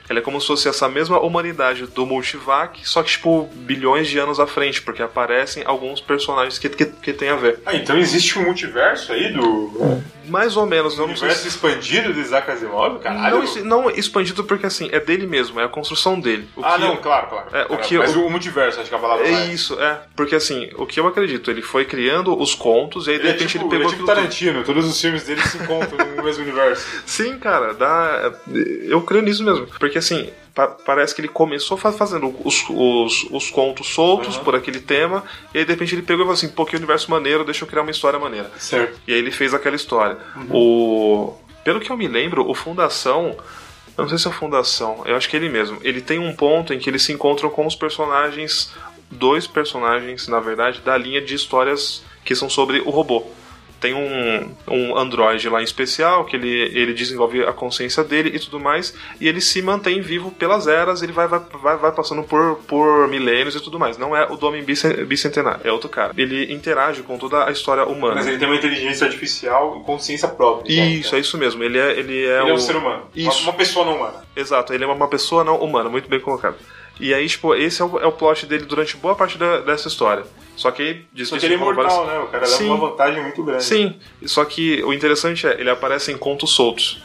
Ela é como se fosse essa mesma humanidade do Multivac, só que, tipo, bilhões de anos à frente, porque aparecem alguns personagens que, que, que tem a ver.
Ah, então existe um multiverso aí do
Mais ou menos, eu não sei
universo
se...
expandido de Isaac Asimov, caralho?
Não, isso- não expandido porque, assim, é dele mesmo, é a construção dele. O
Ah,
que-
não, claro, claro.
É, o
Claro,
que-
mas
o-
o... multiverso, acho que é a palavra
É
mais.
isso, é. Porque, assim, o que eu acredito, ele foi criando os contos e aí, de
Ele é
repente,
tipo,
ele pegou
é tipo
aquilo tudo.
Tarantino, todos os filmes dele se encontram no mesmo universo.
Sim, cara, dá. é, Eu creio nisso mesmo. Porque assim, pa- parece que ele começou fa- fazendo os, os, os contos soltos por aquele tema, e aí de repente ele pegou e falou assim, pô, que universo maneiro, deixa eu criar uma história maneira.
Certo.
E aí ele fez aquela história. O. Pelo que eu me lembro, o Fundação. Eu não sei se é o Fundação, eu acho que é ele mesmo. Ele tem um ponto em que eles se encontram com os personagens. Dois personagens, na verdade, da linha de histórias que são sobre o robô. Tem um, um androide lá em especial, que ele, ele desenvolve a consciência dele e tudo mais, e ele se mantém vivo pelas eras, ele vai, vai, vai, vai passando por, por milênios e tudo mais. Não é o do homem bicen- bicentenário, é outro cara. Ele interage com toda a história humana.
Mas ele tem uma inteligência artificial e consciência própria.
Isso,
então.
é isso mesmo. Ele é, ele é,
Ele
o...
é um ser humano. Uma-
Isso.
Uma, pessoa não humana.
Exato, ele é uma pessoa não humana, muito bem colocado. E aí, tipo, esse é o, é o plot dele durante boa parte da- dessa história. Só que aí diz
Só que ele é imortal, né? O cara leva
Sim.
uma vantagem muito grande.
Sim, só que o interessante é, ele aparece em contos soltos.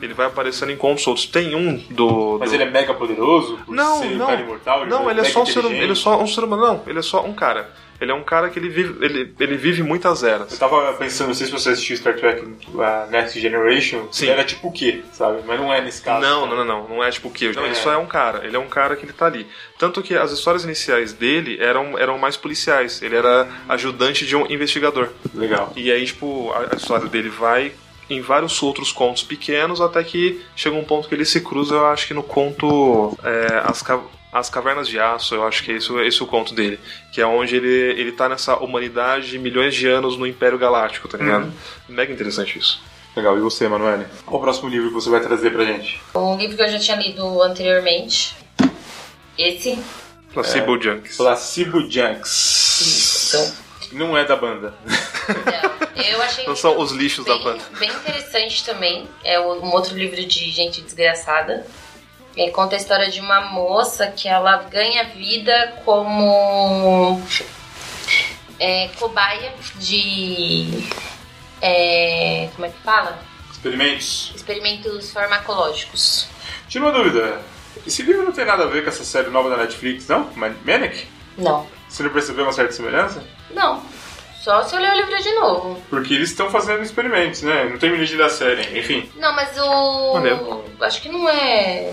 Ele vai aparecendo em contos soltos. Tem um do.
Hum. Mas
do-
ele é mega poderoso? Por
não,
ser um
não.
cara imortal?
não, ele é
mega
só um ser
inteligente?
ele é só um ser humano. Não, ele é só um cara. Ele é um cara que ele vive, ele, ele vive muitas
Eu
eras.
tava pensando, não sei se você assistiu Star Trek uh, Next Generation,
Sim.
ele era tipo o quê, sabe? Mas não é nesse caso.
Não, não, não, não. Não é tipo o que? Não,
É.
ele só é um cara. Ele é um cara que ele tá ali. Tanto que as histórias iniciais dele eram, eram mais policiais. Ele era ajudante de um investigador.
Legal.
E aí, tipo, a, a história dele vai em vários outros contos pequenos até que chega um ponto que ele se cruza, eu acho que no conto é, As, Ca- As Cavernas de Aço, eu acho que é esse, esse o conto dele. Que é onde ele, ele tá nessa humanidade de milhões de anos no Império Galáctico, tá
Uhum.
ligado? Mega interessante isso.
Legal. E você, Manoel? Qual o próximo livro que você vai trazer pra gente?
Um livro que eu já tinha lido anteriormente. Esse.
É.
Placebo Junkies.
Placebo Junks.
Então,
Não é da banda.
não. É, Eu achei.
Não são os lixos da
bem,
banda.
bem interessante também. É o- um outro livro de gente desgraçada. Ele conta a história de uma moça que ela ganha vida como é, cobaia de. é, como é que fala?
Experimentos.
Experimentos farmacológicos.
Tira uma dúvida. Esse livro não tem nada a ver com essa série nova da Netflix, não? Man- Manic?
Não.
Você não percebeu uma certa semelhança?
Não. Só se eu ler o livro de novo.
Porque eles estão fazendo experimentos, né? Não terminei de ler a série, enfim.
Não, mas o.
é
Maneiro.
Acho que não é.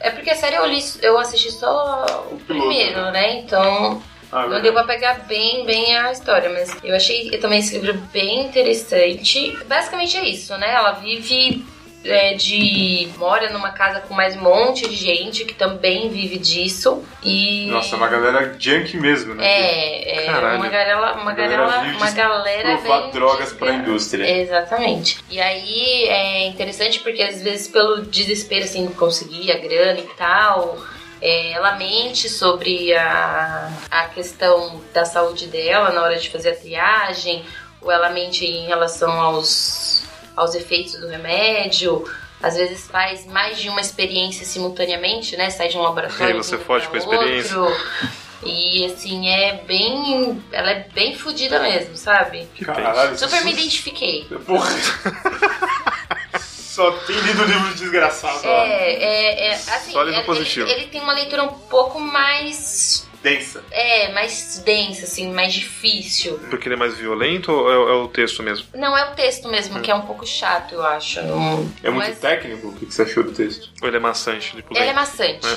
É porque a série eu, li, eu assisti só o primeiro, né? Então.
Ah,
Não deu pra pegar bem, bem a história, mas eu achei também esse livro bem interessante. Basicamente é isso, né? Ela vive é, de. mora numa casa com mais um monte de gente que também vive disso. E.
Nossa, é uma galera junk mesmo, né?
É, é
Caralho.
uma garela, uma
A galera
garela,
vive
uma
de
galera
Provar
bem É.
drogas pra
desgra-
indústria.
Exatamente. E aí é interessante porque às vezes pelo desespero assim de conseguir a grana e tal, é, ela mente sobre a, a questão da saúde dela na hora de fazer a triagem, ou ela mente em relação aos, aos efeitos do remédio. Às vezes faz mais de uma experiência simultaneamente, né? Sai de um laboratório.
Aí você
vem
foge
pra
com a experiência.
outro. E assim, é bem. Ela é bem fodida mesmo, sabe?
Caralho,
Super me identifiquei.
Porra. Só tem lido livro desgraçado. ó.
É, é, é, assim,
Só livro
é-
positivo.
Ele, ele tem uma leitura um pouco mais
densa.
É, mais densa, assim, mais difícil.
Porque ele é mais violento ou é, é o texto mesmo?
Não, é o texto mesmo, que é um pouco chato, eu acho. Não-
É muito
mas
técnico? O que que você achou do texto?
Ou ele é maçante? Tipo,
Ele é
lento?
maçante.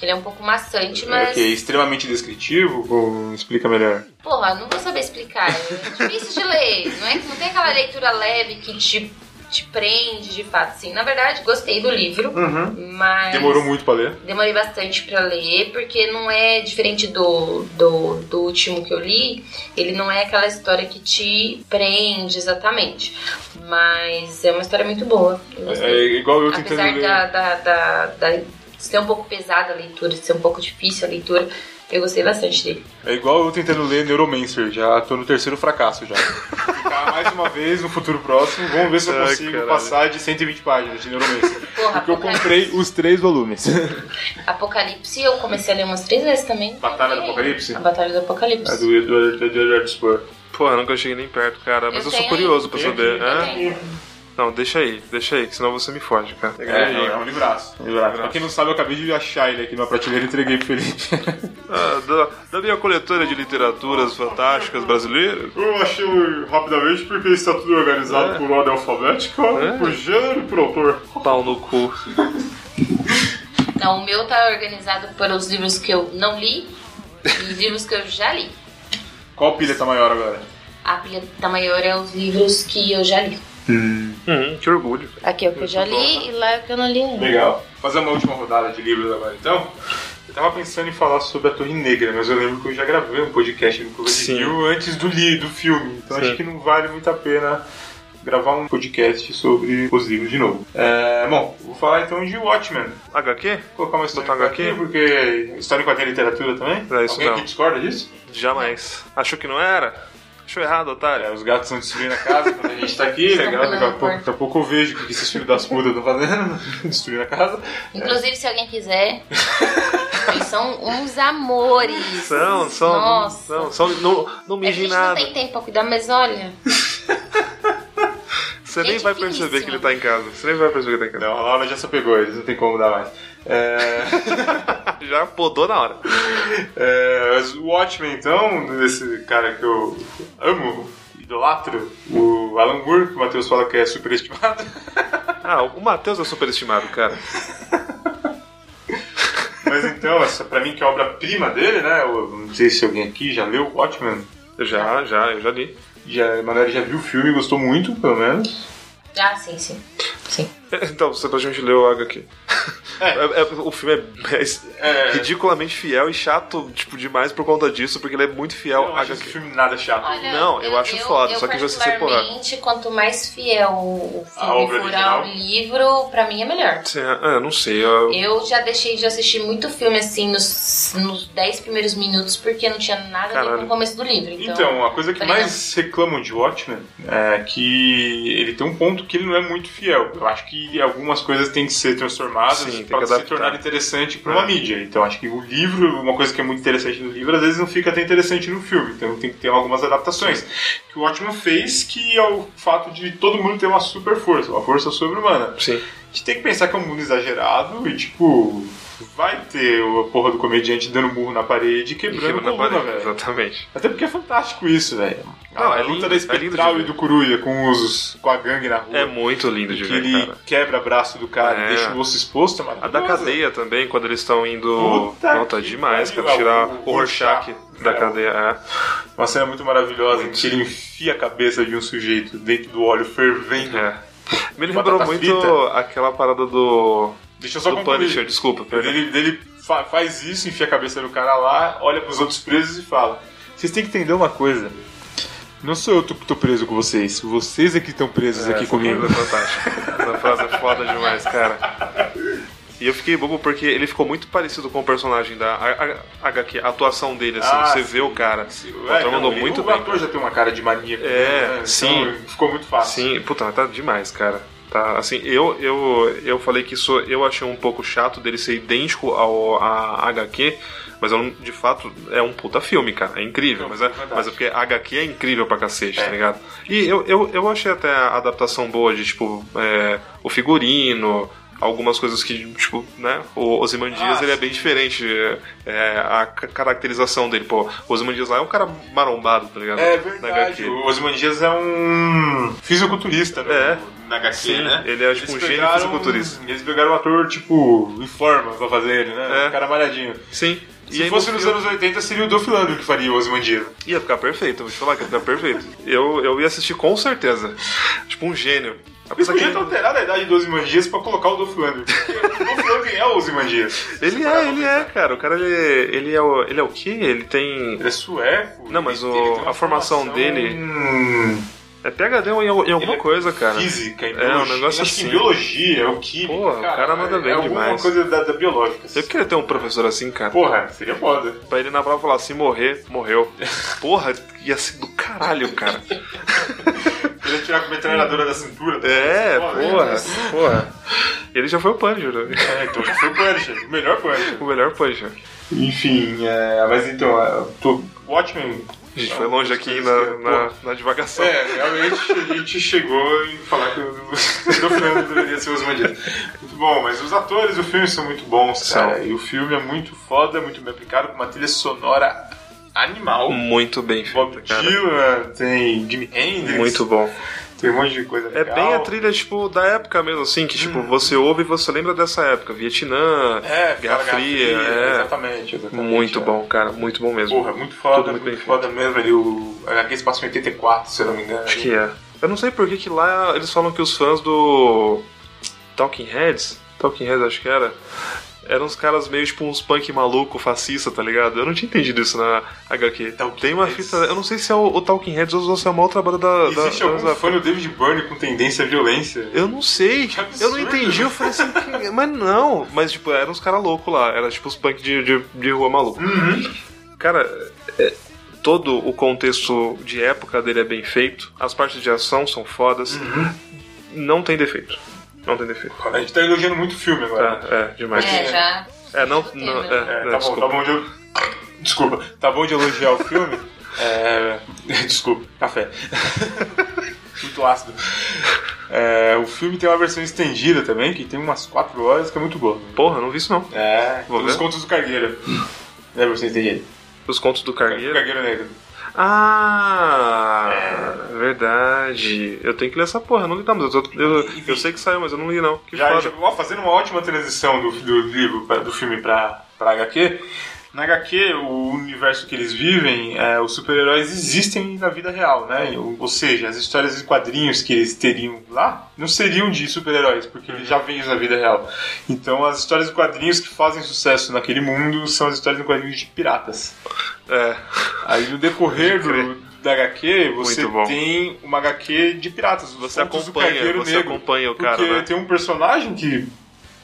Ele é um pouco maçante,
É
mas.
que é extremamente descritivo? Ou explica melhor?
Porra, não vou saber explicar. É difícil de ler. Não, é, não tem aquela leitura leve que te, te prende de fato, assim. Na verdade, gostei do livro,
Uhum.
mas.
Demorou muito pra ler?
Demorei bastante pra ler, porque não é diferente do, do, do último que eu li, ele não é aquela história que te prende exatamente. Mas é uma história muito boa. Eu
É,
gostei.
igual eu tentando
Apesar
ler.
da, da, da, da- de ser um pouco pesada a leitura, de ser um pouco difícil a leitura, eu gostei bastante dele.
É igual eu tentando ler Neuromancer, já tô no terceiro fracasso já. Ficar mais uma vez no futuro próximo, vamos ver se eu
Ai,
consigo
caralho.
passar de 120 páginas de Neuromancer.
Porra,
Porque eu
Apocalipse.
comprei os três volumes.
Apocalipse, eu comecei a ler umas três vezes também.
Batalha do
Ok.
Apocalipse?
A Batalha do Apocalipse.
É do Edward do Edward Spur.
Porra, nunca cheguei nem perto, cara. Mas eu,
Eu
sou
tenho
curioso
aí.
pra
Tem
saber.
aqui,
Hã?
Tem.
Não, deixa aí, deixa aí, que senão você me foge, cara.
É, é um livraço. um livraço. Pra quem não sabe, eu acabei de achar ele aqui numa prateleira e entreguei pro Felipe.
Ah, da, da minha coletora de literaturas fantásticas brasileiras.
Eu achei rapidamente porque está tudo organizado
É.
por ordem alfabética,
É. por
gênero e por autor.
Pau no cu.
Não, o meu tá organizado por os livros que eu não li e livros que eu já li.
Qual pilha tá maior agora?
A pilha da maior é os livros que eu já li.
Hum, que orgulho.
Aqui é o que eu já li e lá é o que eu não li ainda.
Legal. Fazer uma última rodada de livros agora, então. Eu tava pensando em falar sobre a Torre Negra, mas eu lembro que eu já gravei um podcast no Clube de
Sim.
Rio antes do, li, do filme, então
Sim.
acho que não vale muito a pena gravar um podcast sobre os livros de novo. É, bom, vou falar então de Watchmen.
HQ?
Vou colocar uma história
Botar
em
HQ?
quadrinho, porque história em quadrinho é literatura também.
É, isso
Alguém
não.
aqui discorda disso?
Jamais. Achou que não era? Achou errado,
É,
otário.
os gatos estão destruindo a casa quando a gente tá aqui,
Estão
legal, daqui a
pulando a
pouco,
porta.
daqui a pouco eu vejo o que esses filhos das putas estão fazendo, destruindo a casa.
Inclusive, se alguém quiser, eles são uns amores.
São, são.
Nossa.
São, são, não, não
É que a
miji
gente não
nada.
tem tempo pra cuidar, mas olha,
Você nem
Gente
vai perceber
finíssima.
que ele tá em casa. Você nem vai perceber que ele tá em
Não, a Laura já só pegou eles, não tem como dar mais. É,
casa. Já podou na hora.
é, mas o Watchmen, então, desse cara que eu amo, idolatro, o Alan Moore, que o Matheus fala que é superestimado.
Ah, o Matheus é superestimado, cara.
Mas então, essa pra mim que é a obra-prima dele, né? Eu não sei se alguém aqui já leu o Watchmen.
Eu Já, já, eu já li.
Já, a Manuela já viu o filme e gostou muito, pelo menos.
ah, sim, sim. Sim.
Então, você praticamente leu o HQ. É, é, o filme é, é
É.
ridiculamente fiel e chato, tipo, demais por conta disso, porque ele é muito fiel
Eu
ao
não acho esse
HQ.
filme nada chato.
Olha,
Não, eu acho foda, só que já se
particularmente, quanto mais fiel o
A
filme
obra
for
original.
ao livro, pra mim é melhor.
Sim, ah, eu não sei, eu...
Eu já deixei de assistir muito filme assim nos, nos 10 primeiros minutos porque não tinha nada a ver com
Caralho.
o começo do livro. Então,
Então, a coisa que
Falei,
mais reclamam de Watchmen é que ele tem um ponto que ele não é muito fiel. Eu acho que algumas coisas têm que ser
Sim,
transformadas
tem
para
que
se
adaptar.
tornar interessante para uma
É.
mídia. Então, acho que o livro, uma coisa que é muito interessante no livro, às vezes não fica tão interessante no filme. Então, tem que ter algumas adaptações. Que o Watchmen fez, que é o fato de todo mundo ter uma super força, uma força sobre-humana.
Sim.
A gente tem que pensar que é um mundo exagerado e, tipo, vai ter a porra do comediante dando burro na parede e quebrando
Quebrando
a
a
coluna,
parede,
velho.
Exatamente.
Até porque é fantástico isso, velho.
Não,
a
é
luta da
lindo, é lindo de
Espectral
ver.
e do Coruja com os com a gangue na rua.
É muito lindo de
que
ver,
ele
cara.
quebra braço do cara
É.
e deixa o osso exposto, mano.
A da cadeia também, quando eles estão indo.
Puta
Não, tá
que
demais,
pariu, é
cara. Tirar
o-
o Rorschach
o-
da
é, o-
cadeia. é.
Uma cena muito maravilhosa em que ele enfia a cabeça de um sujeito dentro do óleo fervendo.
É. Me
Batata
lembrou muito
frita.
aquela parada do.
Deixa eu só
do
concluir.
Punisher, desculpa. perdão.
Então, Ele, ele fa- faz isso, enfia a cabeça do cara lá, olha pros outros presos e fala: Vocês têm que entender uma coisa. Não sou eu que tô preso com vocês, vocês é que estão presos
É,
aqui
essa
comigo.
frase é fantástica. Essa frase é foda demais, cara. E eu fiquei bobo porque ele ficou muito parecido com o personagem da a- a- HQ, a atuação dele, assim,
Ah,
você
sim.
vê o cara.
É,
o ator mandou
não,
muito
o
bem.
ator já tem uma cara de maníaco.
É,
né? Então,
sim.
ficou muito fácil.
Sim, puta, mas tá demais, cara. Tá, assim, eu, eu, eu falei que isso eu achei um pouco chato dele ser idêntico ao a HQ, mas eu não- de fato é um puta filme, cara. É incrível,
Não,
mas é,
verdade.
mas é porque a HQ é incrível pra cacete, tá ligado? E eu, eu, eu achei até a adaptação boa de, tipo, é, o figurino. algumas coisas que, tipo, né? O Ozymandias,
Ah,
ele é bem diferente. é, é, a ca- caracterização dele, pô. O Ozymandias lá é um cara marombado, tá ligado?
É
Na
verdade.
HQ.
O Ozymandias é um fisiculturista, né? Na HQ,
É. Sim,
né?
ele é, tipo, um gênio
pegaram-
fisiculturista.
Eles pegaram um ator, tipo, em forma pra fazer ele, né?
É.
Um cara malhadinho.
Sim.
Se
aí
fosse
no
nos
filme-
anos 80, seria o Dolph Lundgren que faria o Ozymandias.
Ia ficar perfeito, eu vou te falar que ia ficar perfeito. Eu, eu ia assistir com certeza. Tipo, um gênio.
Eles
Apesar que
podiam ter alterado é a idade do Ozymandias pra colocar o Dolph Lundgren. Porque o Dolph Lundgren é o Ozymandias.
ele é, ele é, cara. O cara, ele, ele, é, o, ele é o quê? Ele tem...
Ele é sueco.
Não, mas
ele-
o-
ele tem uma
a formação dele-
hum,
É PHD em, al- em alguma
é
coisa, cara.
Física, em
É, um
biologia.
negócio
acho que em
assim.
biologia, é o química.
Porra, o cara manda bem
é Alguma
demais.
coisa da, da biológica.
Eu queria ter um professor assim, cara.
Porra, seria foda.
Pra ele na prova falar assim, morrer, morreu. Porra, ia ser do caralho, cara.
Ele ia tirar com a metralhadora da cintura.
É,
Porra,
porra, porra. Ele já foi o Punisher, né?
É, então já foi o Punisher. O melhor Punisher.
o melhor Punisher.
Enfim, é, mas então, é, tô... Watchmen.
A gente foi longe aqui na, na, na divagação.
É, realmente a gente chegou em falar que o o Fernando deveria ser os bandidos. Muito bom, mas os atores do filme são muito bons, cara.
São.
E o filme é muito foda, muito bem aplicado, com uma trilha sonora animal.
Muito bem
Bob
feito, Hum, cara.
Dylan, tem Jimi Hendrix,
Muito bom.
tem um monte de coisa
É
legal. Uhum.
bem a trilha, tipo, da época mesmo, assim, que, tipo, você ouve e você lembra dessa época. Vietnã,
É,
Guerra Fria, é.
Exatamente, exatamente.
Muito
é.
bom, cara, muito bom mesmo.
Porra, muito foda,
Tudo muito
muito,
bem
foda mesmo ali. O HQ se passa em 84, se eu não me engano.
Acho que é. Eu não sei por que que lá eles falam que os fãs do Talking Heads, Talking Heads acho que era, eram uns caras meio tipo uns punk maluco, fascista, tá ligado? Eu não tinha entendido isso na HQ.
Talking
Tem uma
Heads.
fita, eu não sei se é o, o Talking Heads ou se é uma outra banda da... da-
Existe
da-
algum
da-
fã do David Byrne com tendência à violência?
Eu não sei,
Que absurdo.
eu não entendi, eu falei assim, "Que- mas não, mas tipo, eram uns caras loucos lá, era tipo os punk de, de, de rua maluco.
Uhum.
Cara, é, todo o contexto de época dele é bem feito, as partes de ação são fodas,
Uhum.
não tem defeito. Não tem defeito.
A gente tá elogiando muito o filme agora.
Tá, é, demais.
É,
né?"
já.
É, não. não é,
É,
é,
tá bom,
desculpa.
tá bom de. Desculpa, tá bom de elogiar o filme? É. Desculpa, café. muito ácido. É, o filme tem uma versão estendida também, que tem umas 4 horas, que é muito boa.
Porra, não vi isso não.
É,
Vou
os
ver.
contos do Cargueiro. Não é a versão estendida?
Os contos do Cargueiro.
Cargueiro Negro.
Ah,
É.
verdade. Eu tenho que ler essa porra, eu não li não, mas eu, tô- eu, eu sei que saiu, mas eu não li não. Que
Já,
foda.
já ó, fazendo uma ótima transição do, do livro, pra- do filme pra, pra HQ. Na HQ, o universo que eles vivem, é, os super-heróis existem na vida real, né? Ou, ou seja, as histórias em quadrinhos que eles teriam lá não seriam de super-heróis, porque eles já vêm na vida real. Então, as histórias em quadrinhos que fazem sucesso naquele mundo são as histórias em quadrinhos de piratas.
É.
Aí, no decorrer
Pode crer.
do, da HQ, você
Muito bom.
tem uma HQ de piratas. os
Você
contos do
acompanha,
Cargueiro
você
Negro.
acompanha o cara,
Porque
né?
tem um personagem que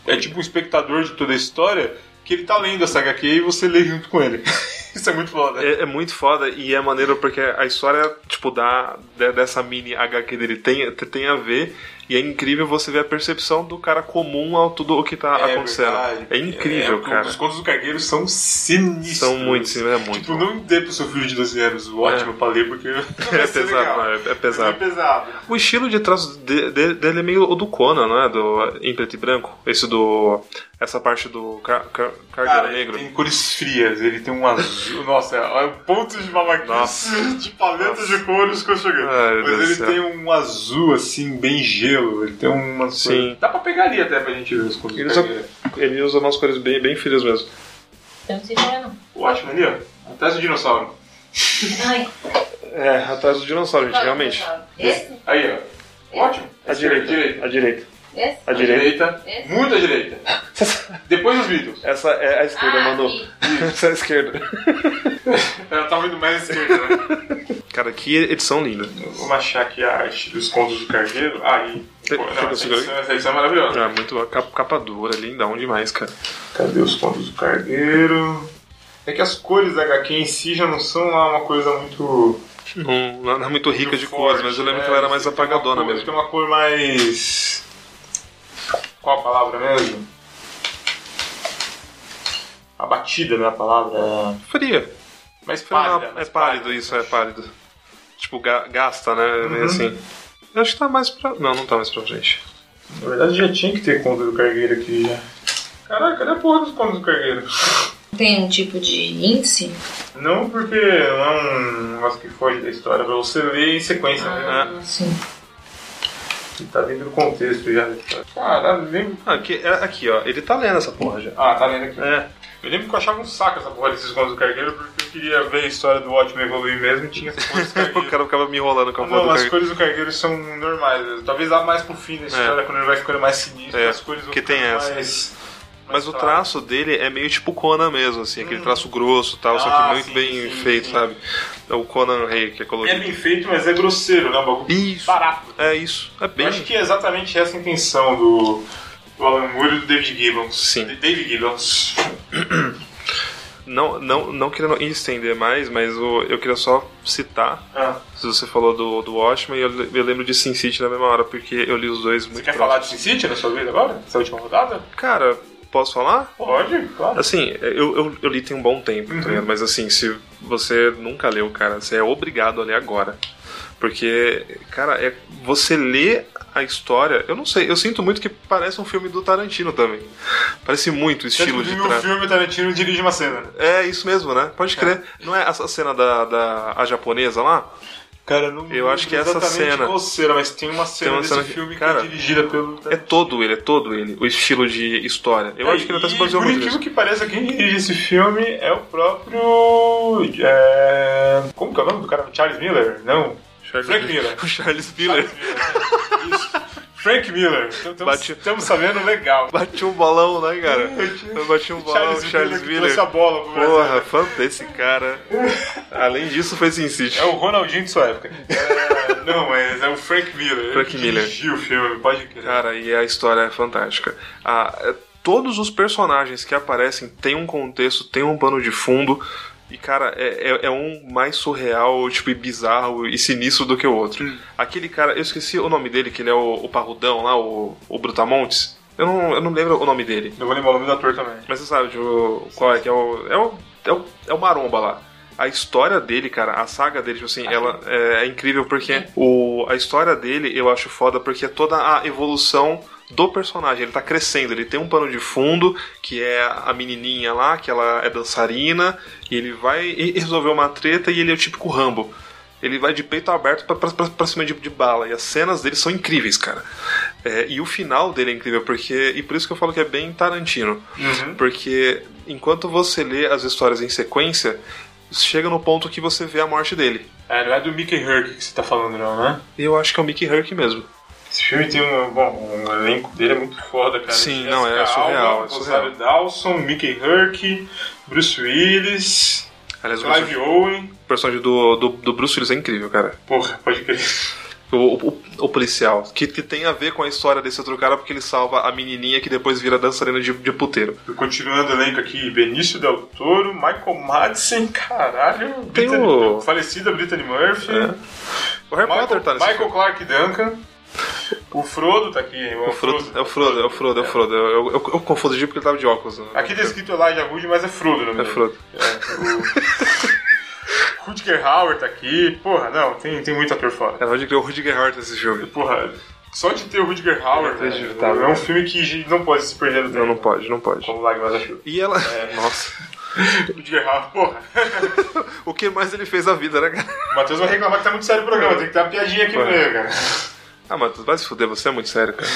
é tipo um espectador de toda a história, que ele tá lendo essa HQ e você lê junto com ele. Isso é muito foda.
É, é muito foda e é maneiro porque a história, tipo, da, de- dessa mini HQ dele tem, tem a ver e é incrível você ver a percepção do cara comum ao tudo o que tá
É
acontecendo.
verdade.
É incrível,
É,
cara.
Os contos do cargueiro são sinistros.
São muito, sim, é muito.
Tipo,
bom.
não dê pro seu filho de 12 anos o ótimo pra ler, porque
É pesado, não, é- é
É
pesado.
pesado.
O estilo de traço de- de- dele é meio o do Conan, não é? Do, em preto e branco. Esse do. Essa parte do car, car, Cargueiro
Cara, ele
negro.
tem cores frias, ele tem um azul. Nossa, é um ponto de
Nossa.
babaquice de paleta de cores que eu cheguei.
Ai, meu
Mas
Deus
ele
do céu.
tem um azul, assim, bem gelo. Ele tem umas
Sim.
cores- Dá pra pegaria até pra gente ver as cores.
Ele
do
só-
Pegaria.
Ele usa umas cores bem, bem frias mesmo.
Eu não sei se é, não.
O Watchman ali, ó. Atrás do dinossauro.
Ai,
É, atrás do dinossauro, gente,
qual é o
realmente.
pessoal? Esse?
Aí, ó. Ótimo.
A direita. A direita.
Esse?
A
A
direita.
direita.
Esse?
Muito à direita. Depois os Beatles.
Essa é a esquerda,
Ah,
mandou.
aqui.
Essa é a esquerda.
Ela tava indo mais à esquerda, né?
Cara, que edição linda.
Vamos achar aqui a arte dos contos do cargueiro. Aí.
Tem-
Pô, não,
fica
essa
segurando.
edição, essa edição é maravilhosa.
Ah, muito boa. Capa, capa dura, lindão demais, cara.
Cadê os contos do cargueiro? É que as cores da HQ em si já não são lá uma coisa muito.
Não, não é muito rica
muito
de
forte,
cores, mas eu lembro
né?
que ela era mais
Tem uma
apagadona
cor-
mesmo.
Tem uma cor mais. Qual a palavra mesmo? Abatida, né? A palavra.
Fria.
Mais
Fria
pálida.
não, é
mais
pálido isso, é pálido. É Tipo, ga- gasta, né? Meio assim. Eu acho que tá mais pra. Não, não tá mais pra frente.
Na verdade já tinha que ter conta do cargueiro aqui já. Caraca, cadê a porra dos contos do cargueiro?
Tem um tipo de índice?
Não porque não é um negócio que foge da história, pra você ler em sequência,
Ah.
né?
Sim.
Tá dentro do contexto já. Caralho, lembro.
Ah, Aqui, é- aqui, ó, ele tá lendo essa porra já.
Ah, tá lendo aqui.
É.
Eu lembro que eu achava um saco essa porra desses contos do cargueiro, porque eu queria ver a história do Watchmen evoluir mesmo e tinha essa porra desse
O
cargueiro.
cara ficava me enrolando com a
Não,
foto é um do
as
cara.
cores do cargueiro são normais. né? Talvez dá mais pro fim da história, quando ele vai ficando mais sinistro,
É,
as cores vão
que tem
ficando
essa.
mais...
Mas o
tá.
traço dele é meio tipo Conan mesmo, assim, aquele traço grosso e tal, só
Hum. Ah,
que muito
sim,
bem
sim,
feito,
sim.
sabe? É o Conan Rei que é
É
colorido.
bem feito, mas é grosseiro, né? Um bagulho
Isso.
barato.
É isso. É
Eu
bem.
acho que é exatamente essa a intenção do, do Alan Moore e do David Gibbons.
Sim.
D- David Gibbons.
Não, não, não querendo estender mais, mas o- eu queria só citar.
Ah,
Se você falou do, do Watchmen, eu, le- eu lembro de Sin City na mesma hora, porque eu li os dois
você
muito
quer
próximos.
falar de Sin City na sua vez agora? Essa última rodada?
Cara, posso falar?
Pode, claro.
Assim, eu, eu, eu li tem um bom tempo,
Uhum.
tá ligado? Mas assim, se você nunca leu, cara, você é obrigado a ler agora. Porque, cara, é, você lê a história, eu não sei, eu sinto muito que parece um filme do Tarantino também. Parece muito o estilo de
No
traço.
filme, o Tarantino dirige uma cena.
É isso mesmo, né? Pode crer. Não é essa cena da, da a japonesa lá?
Cara, não
Eu acho que é essa
exatamente
cena.
qual cena, mas tem uma cena
uma
desse
cena que-
filme que
cara,
é dirigida pelo...
É todo ele, é todo ele, o estilo de história. Eu acho que ele tá se
E, Por
baseando muito
incrível que
nisso.
pareça, quem dirige esse filme é o próprio... é, Como que é o nome do cara? Charles Miller? Não. Frank Miller. é
O Charles Miller
Isso. Frank Miller.
Bate-
Estamos sabendo legal.
bateu um balão, né, cara?
É,
Eu bati um balão, Charles, Charles
que
Miller.
trouxe a né? bola pro Brasil.
Porra, fã desse cara. Além disso, foi Sin City.
É o Ronaldinho de sua época. É, não, mas é o Frank Miller. Ele
Frank Miller.
Dirigiu o filme, pode crer.
Cara, e a história é fantástica. Ah, é- todos os personagens que aparecem têm um contexto, têm um pano de fundo. E, cara, é, é- é um mais surreal, tipo, e bizarro e sinistro do que o outro. Aquele cara, eu esqueci o nome dele, que ele é o, o Parrudão lá, o, o Brutamontes. Eu não, eu não lembro o nome dele.
Eu vou lembrar o nome do ator também.
Mas você sabe de o- qual é que é o. É o, é o, é o Maromba lá. A história dele, cara, a saga dele, tipo assim, ela é, é incrível porque o, a história dele eu acho foda porque é toda a evolução do personagem. Ele tá crescendo, ele tem um pano de fundo que é a menininha lá, que ela é dançarina, e ele vai e- e resolver uma treta e ele é o típico Rambo. Ele vai de peito aberto pra, pra, pra- pra cima de, de bala. E as cenas dele são incríveis, cara. É, e o final dele é incrível, porque. E por isso que eu falo que é bem Tarantino. Porque enquanto você lê as histórias em sequência, chega no ponto que você vê a morte dele.
É, não é do Mickey Herc que você tá falando, não, né?
E eu acho que é o Mickey Herc mesmo.
Esse filme tem um. Bom, o elenco dele é muito foda, cara.
Sim, não, é surreal, é
Rosário Dawson, Mickey Herc, Bruce Willis,
Aliás, o
Clive
personagem,
Owen.
o personagem do, do, do Bruce Willis é incrível, cara.
Porra, pode crer.
O, o- o policial. Que, que tem a ver com a história desse outro cara, porque ele salva a menininha que depois vira dançarina de, de puteiro.
Continuando o elenco aqui, Benício Del Toro, Michael Madsen, caralho,
Tem
Brittany-
o-
falecida Brittany Murphy,
É. O Harry Potter
Michael,
tá nesse
Michael
filme.
Clark Duncan, o Frodo tá aqui, hein,
O Frodo, é o Frodo, é o Frodo, é o Frodo. Eu, eu, eu, eu confundi porque ele tava de óculos. né?
Aqui tá escrito Elijah Wood, mas é Frodo, não
É Frodo.
o... Rutger Hauer tá aqui, porra, não, tem, tem muito ator fora.
Era onde criou É, o Rudiger Hart nesse filme.
Porra, só de ter o Rutger Hauer,
É
velho,
inacreditável,
é um
cara.
filme que a gente não pode se perder no tempo.
Não, não pode, não pode.
Como Lágrimas da Chuva.
E ela.
É,
Nossa.
Rutger Hauer, porra.
O que mais ele fez na vida, né, cara?
O Matheus vai reclamar que tá muito sério o programa, tem que ter uma piadinha aqui no
Porra.
meio, cara.
Ah, Matheus, vai se fuder, você é muito sério, cara.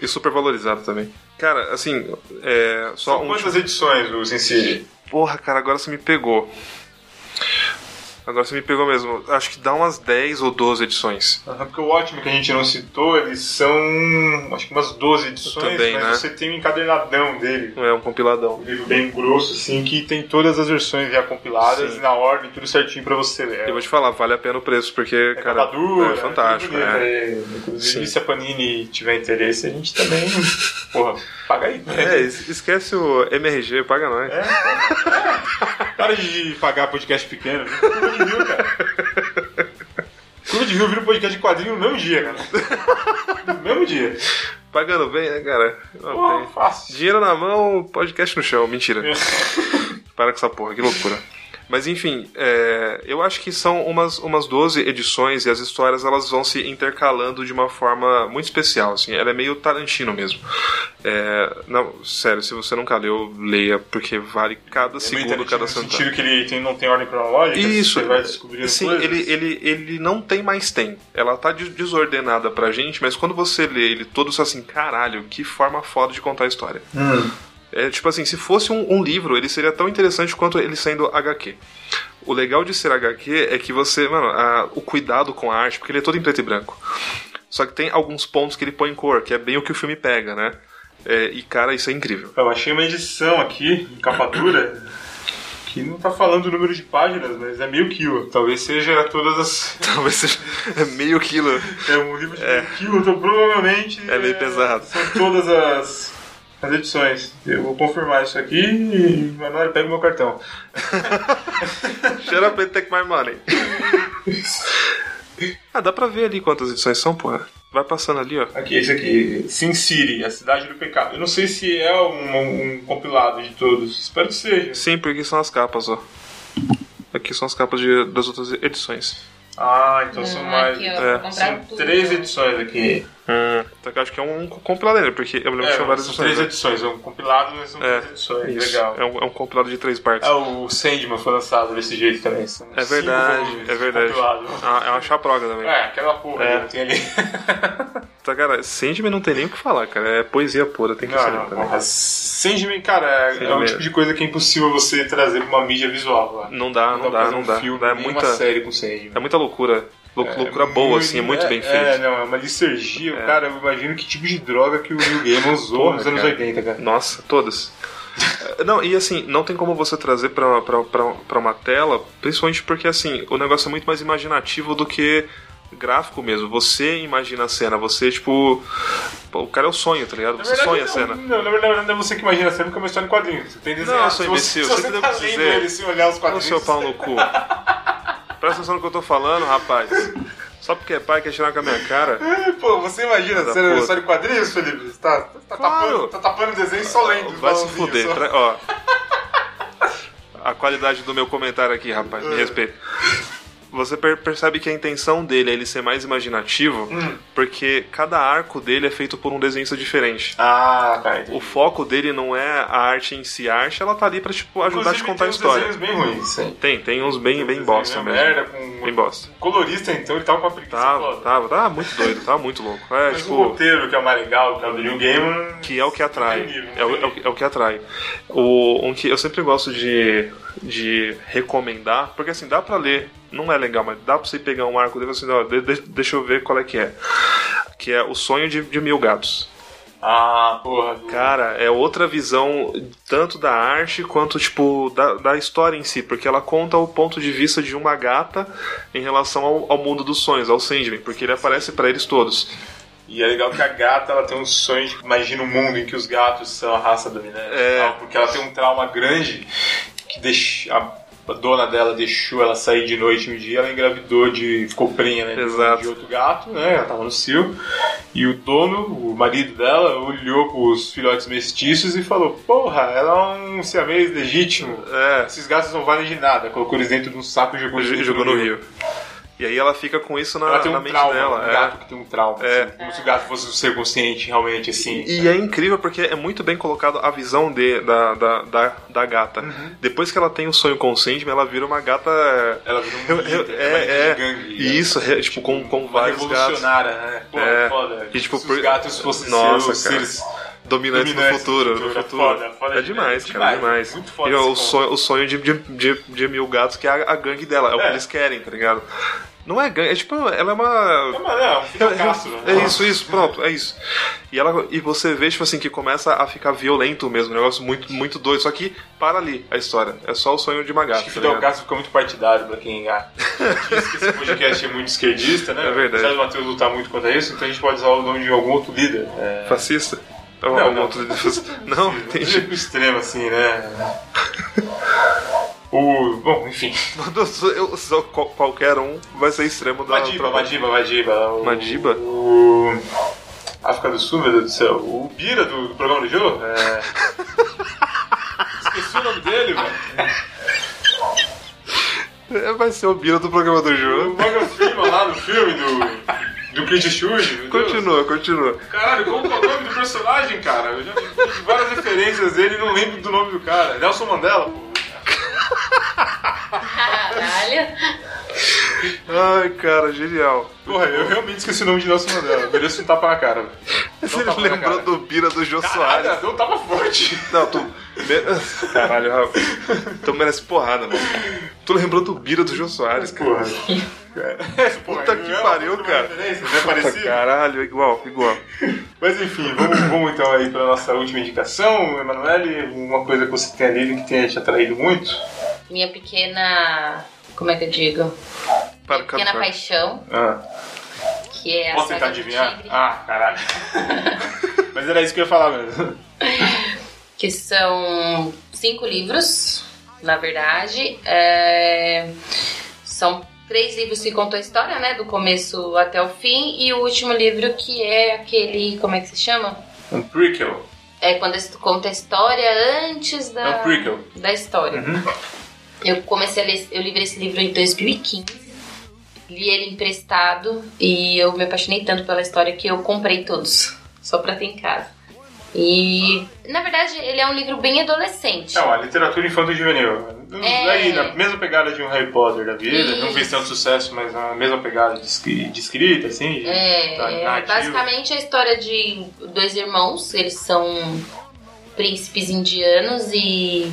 e super valorizado também. Cara, assim, é. Só
São
um.
quantas edições o Sin City?
Porra, cara, agora você me pegou. Agora você me pegou mesmo. Acho que dá umas 10 ou 12 edições.
Aham, Porque o ótimo que a gente não citou, eles são acho que umas 12 edições,
Também,
mas
né?
você tem um encadernadão dele.
Não é um compiladão.
Um livro bem grosso, assim, que tem todas as versões já compiladas,
Sim.
na ordem, tudo certinho pra você ler.
Eu vou te falar, vale a pena o preço, porque,
É
cara.
capa dura,
é fantástico,
tudo bonito,
é.
é. Inclusive,
Sim.
se a Panini tiver interesse, a gente também. Porra, paga aí.
É, es- esquece o MRG, paga nós.
É? Para de pagar podcast pequeno, viu? Curva de Rio, cara. Curva de Rio vira um podcast de quadrinho no mesmo dia, cara. No mesmo dia.
Pagando bem, né, cara? Não
Porra,
tem.
fácil.
Dinheiro na mão, podcast no chão. Mentira. Para com essa porra, que loucura. Mas enfim, é, eu acho que são umas, umas 12 edições e as histórias elas vão se intercalando de uma forma muito especial. Assim, ela é meio Tarantino mesmo. É, não, sério, se você nunca leu, leia, porque vale cada segundo, cada
no
centavo.
sentido que ele tem- não tem ordem cronológica,
Isso.
É você vai descobrindo
Sim,
coisas.
ele, ele, ele não tem mais tem. Ela tá de- desordenada pra gente, mas quando você lê ele todo, você fala assim, caralho, que forma foda de contar a história. É tipo assim, se fosse um, um livro, ele seria tão interessante quanto ele sendo HQ. O legal de ser HQ é que você, mano, a- o cuidado com a arte, porque ele é todo em preto e branco. Só que tem alguns pontos que ele põe em cor, que é bem o que o filme pega, né? É, e cara, isso é incrível.
Eu achei uma edição aqui, em capa dura, que não tá falando o número de páginas, mas é meio
Tá
quilo. Talvez seja todas as.
Talvez seja é meio quilo.
É um livro de meio quilo, então provavelmente.
É meio pesado.
São todas as. As edições. Eu vou confirmar isso aqui e Manara pega o meu cartão.
Shut up and take my money. ah, dá pra ver ali quantas edições são, porra. Vai passando ali, ó.
Aqui, esse aqui. Sin City, a cidade do pecado. Eu não sei se é um, um compilado de todos. Espero que seja.
Sim, porque são as capas, ó. Aqui são as capas de- das outras edições.
Ah, então são
Não,
mais.
Hum, aqui, ó,
é,
vou comprar
São
tudo. né?
três edições aqui.
Então eu acho que é um compilado, né? Porque eu me
Hum.
lembro
É,
que tinha várias
são três
edições. né?
edições, é um compilado, mas são
É,
três edições.
Isso.
Legal.
É um, é um compilado de três partes.
É, o Sandman foi lançado desse jeito também. São
É
cinco volumes
verdade, é verdade.
compilados.
Ah, é uma chaproga também.
É, aquela porra
É.
que tem ali.
Tá, cara, Sandman não tem nem o que falar, cara. É poesia pura, tem que ser.
Não, não,
também.
porra. Sandman, cara, é- é
Sandman.
o tipo de coisa que é impossível você trazer pra uma mídia visual. lá.
Não dá, não dá,
fazer
não
um
dá.
filme,
Dá, É
nem
muita,
uma série com Sandman.
é muita loucura. Lou- Loucura boa, assim, é muito bem feita.
É, não, é uma licergia. Cara, eu imagino que tipo de droga que o Neil Gaiman usou
Porra,
nos anos
cara.
80, cara.
Nossa, todas. Eh, Não, e assim, não tem como você trazer pra, pra, pra, pra uma tela, principalmente porque assim, o negócio é muito mais imaginativo do que gráfico mesmo. Você imagina a cena, você, tipo. pô, o cara é o sonho, tá ligado?
Na
Você sonha a
não,
cena.
Não, na verdade não é você que imagina a cena, porque é uma história em quadrinhos. Você tem desenho.
Não, seu imbecil,
Se
você
você,
entendeu o
tá
que eu quis
lendo
dizer?
ele sem olhar os
Ô
quadrinhos.
seu pau no cu. Presta atenção no que eu tô falando, rapaz. Só porque é pai quer tirar com a minha cara.
Pô, você imagina
Da
a cena
puta.
da história em quadrinhos, Felipe? Você tá, tá, tá
Claro.
tapando, tá tapando o desenho e só lendo. os
Vai se
balãozinhos,
fuder,
só.
tra- ó. A qualidade do meu comentário aqui, rapaz,
É.
me respeita. Você per- percebe que a intenção dele é ele ser mais imaginativo,
Hum.
porque cada arco dele é feito por um desenhista diferente.
Ah, tá. entendi.
O foco dele não é a arte em si, a arte ela tá ali pra tipo, ajudar a te
Inclusive,
contar a
tem uns
história.
desenhos bem ruins, sim.
Tem, tem uns bem, bem
Desenho
bosta
meio
mesmo.
merda, com-
Bem bosta.
O colorista, então, ele tava com a preguiça
Tava,
foda.
tava, tava muito doido, tava muito louco. É,
Mas
Tá,
um
tipo,
o roteiro, que é o mais legal, que é o do New Game,
que é o que atrai.
Não tem nível, não
É o,
tem
é o- é o que atrai. O, um que eu sempre gosto de, de recomendar, porque assim, dá pra ler, não é legal, mas dá pra você pegar um arco dele e falar assim, ó, de- de- deixa eu ver qual é que é. Que é O Sonho de, de Mil Gatos.
Ah, porra. do-
Cara, é outra visão tanto da arte quanto, tipo, da, da história em si, porque ela conta o ponto de vista de uma gata em relação ao, ao mundo dos sonhos, ao Sandman, porque ele aparece pra eles todos.
E é legal que a gata ela tem um sonho, de- imagina um mundo em que os gatos são a raça dominante,
É.
e tal, porque ela tem um trauma grande que deixa, a a dona dela deixou ela sair de noite um dia, ela engravidou de ficou prenha, né, de-
Exato.
de outro gato, né? Ela tava no cio. E o dono, o marido dela, olhou pros filhotes mestiços e falou: "Porra, ela é um siamês legítimo.
É,
Esses gatos não valem de nada". Colocou eles dentro de um saco e jogou,
J-
eles
jogou no Rio. E aí ela fica com isso na,
Ela tem
Ah, na
um
mente
trauma,
dela.
um
é.
gato que tem um trauma.
É.
assim, como se o gato fosse um ser consciente, realmente, assim.
E é incrível porque é muito bem colocado a visão de, da, da, da, da gata.
Uhum.
Depois que ela tem o sonho consciente, ela vira uma gata.
Ela virou um
Eu-
líder,
eu-
uma
é,
líder
é.
de gangue.
E
né?
isso, re- tipo, com, com
Uma
vários gatos
revolucionária, né? Pô,
É.
foda.
E, tipo,
Se
por-
os gatos fossem
Nossa,
ser,
cara.
os seres...
dominantes no
dominantes
futuro.
no
No
futuro.
futuro.
Foda, foda
é
demais,
demais, cara, é
demais.
demais.
Muito foda
e o
esse
sonho, o sonho de, de, de, de mil gatos, que é a, a gangue dela, é, o que
É.
eles querem, tá ligado? Não é gangue, é tipo, ela é uma.
É, mano, é um
É,
filhocaço, né?
é isso, isso, pronto, é isso. E, ela, e você vê, tipo assim, que começa a ficar violento mesmo, um negócio muito, muito doido. Só que para ali a história. É só o sonho de uma
Acho
gata.
que
tá
Fidel
ligado?
Castro ficou muito partidário pra quem ah, diz que esse podcast é muito esquerdista, né?
É verdade.
Apesar do Matheus lutar muito contra isso, então a gente pode usar o nome de algum outro líder. É...
Fascista? Ou
Não,
algum
não.
outro- não, entendi.
Tipo extremo, assim, né? o... Bom, enfim.
Eu, só, qual- qualquer um vai ser extremo da
Madiba,
outra-
Madiba, Madiba. O...
Madiba?
O... África do Sul, meu Deus do céu. O Bira do, do programa do Jô? É... Esqueci o nome dele, velho.
É, Vai ser o Bira do programador Júnior.
O Morgan Freeman lá no filme do. Do Clint Eastwood, meu Deus.
Continua, continua.
Caralho, qual que é o nome do personagem, cara? Eu já vi várias referências dele e não lembro do nome do cara. É Nelson Mandela, pô.
Caralho.
Ai, cara, genial.
Porra, eu realmente esqueci o nome de Nelson Mandela. Eu mereço um tapa na cara, velho.
Você
tapa na
lembrou
tá cara.
do Bira do Jô Soares.
Caralho, deu um tapa forte.
Não, tu. me- Caralho, Rafa. Tu merece porrada, mano. Tu lembrou do Bira do Jô Soares, cara.
Porra. É,
Puta que pariu, cara.
Não é parecido?
Caralho, igual, igual.
Mas enfim, vamos, vamos então aí para nossa última indicação, Emanuele. Uma coisa que você tenha lido que tenha te atraído muito.
Minha pequena. Como é que eu digo?
Para,
Minha pequena
para.
paixão,
Ah,
que é a
posso
saga
tentar
do
adivinhar?
tigre.
Ah, caralho. Mas era isso que eu ia falar mesmo.
que são cinco livros, na verdade. É, São três livros que contam a história, né? Do começo até o fim. E o último livro que é aquele. Como é que se chama?
Um prequel.
É quando es- conta a história antes da,
É um prequel.
da história. Eu comecei a ler, eu li esse livro em 2015. Li ele emprestado e eu me apaixonei tanto pela história que eu comprei todos, só pra ter em casa. E, na verdade, ele é um livro bem adolescente.
Não, a É literatura infantil juvenil.
É.
Aí, na mesma pegada de um Harry Potter da vida,
Isso.
não fez tanto sucesso, mas na mesma pegada de, escri- de escrita, assim. de- da
É,
narrativa.
basicamente é a história de dois irmãos, eles são príncipes indianos e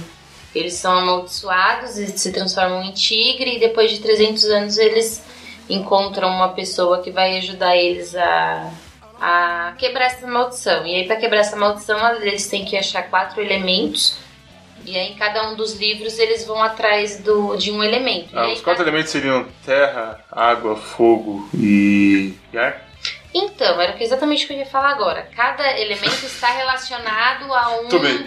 eles são amaldiçoados e se transformam em tigre e depois de 300 anos eles encontram uma pessoa que vai ajudar eles a, a quebrar essa maldição. E aí para quebrar essa maldição eles têm que achar quatro elementos e aí em cada um dos livros eles vão atrás do, de um elemento. E
Ah,
aí tá.
os
cada-
quatro elementos seriam terra, água, fogo e. e ar.
Então, era exatamente o que eu ia falar agora. Cada elemento está relacionado a um.
Tudo bem.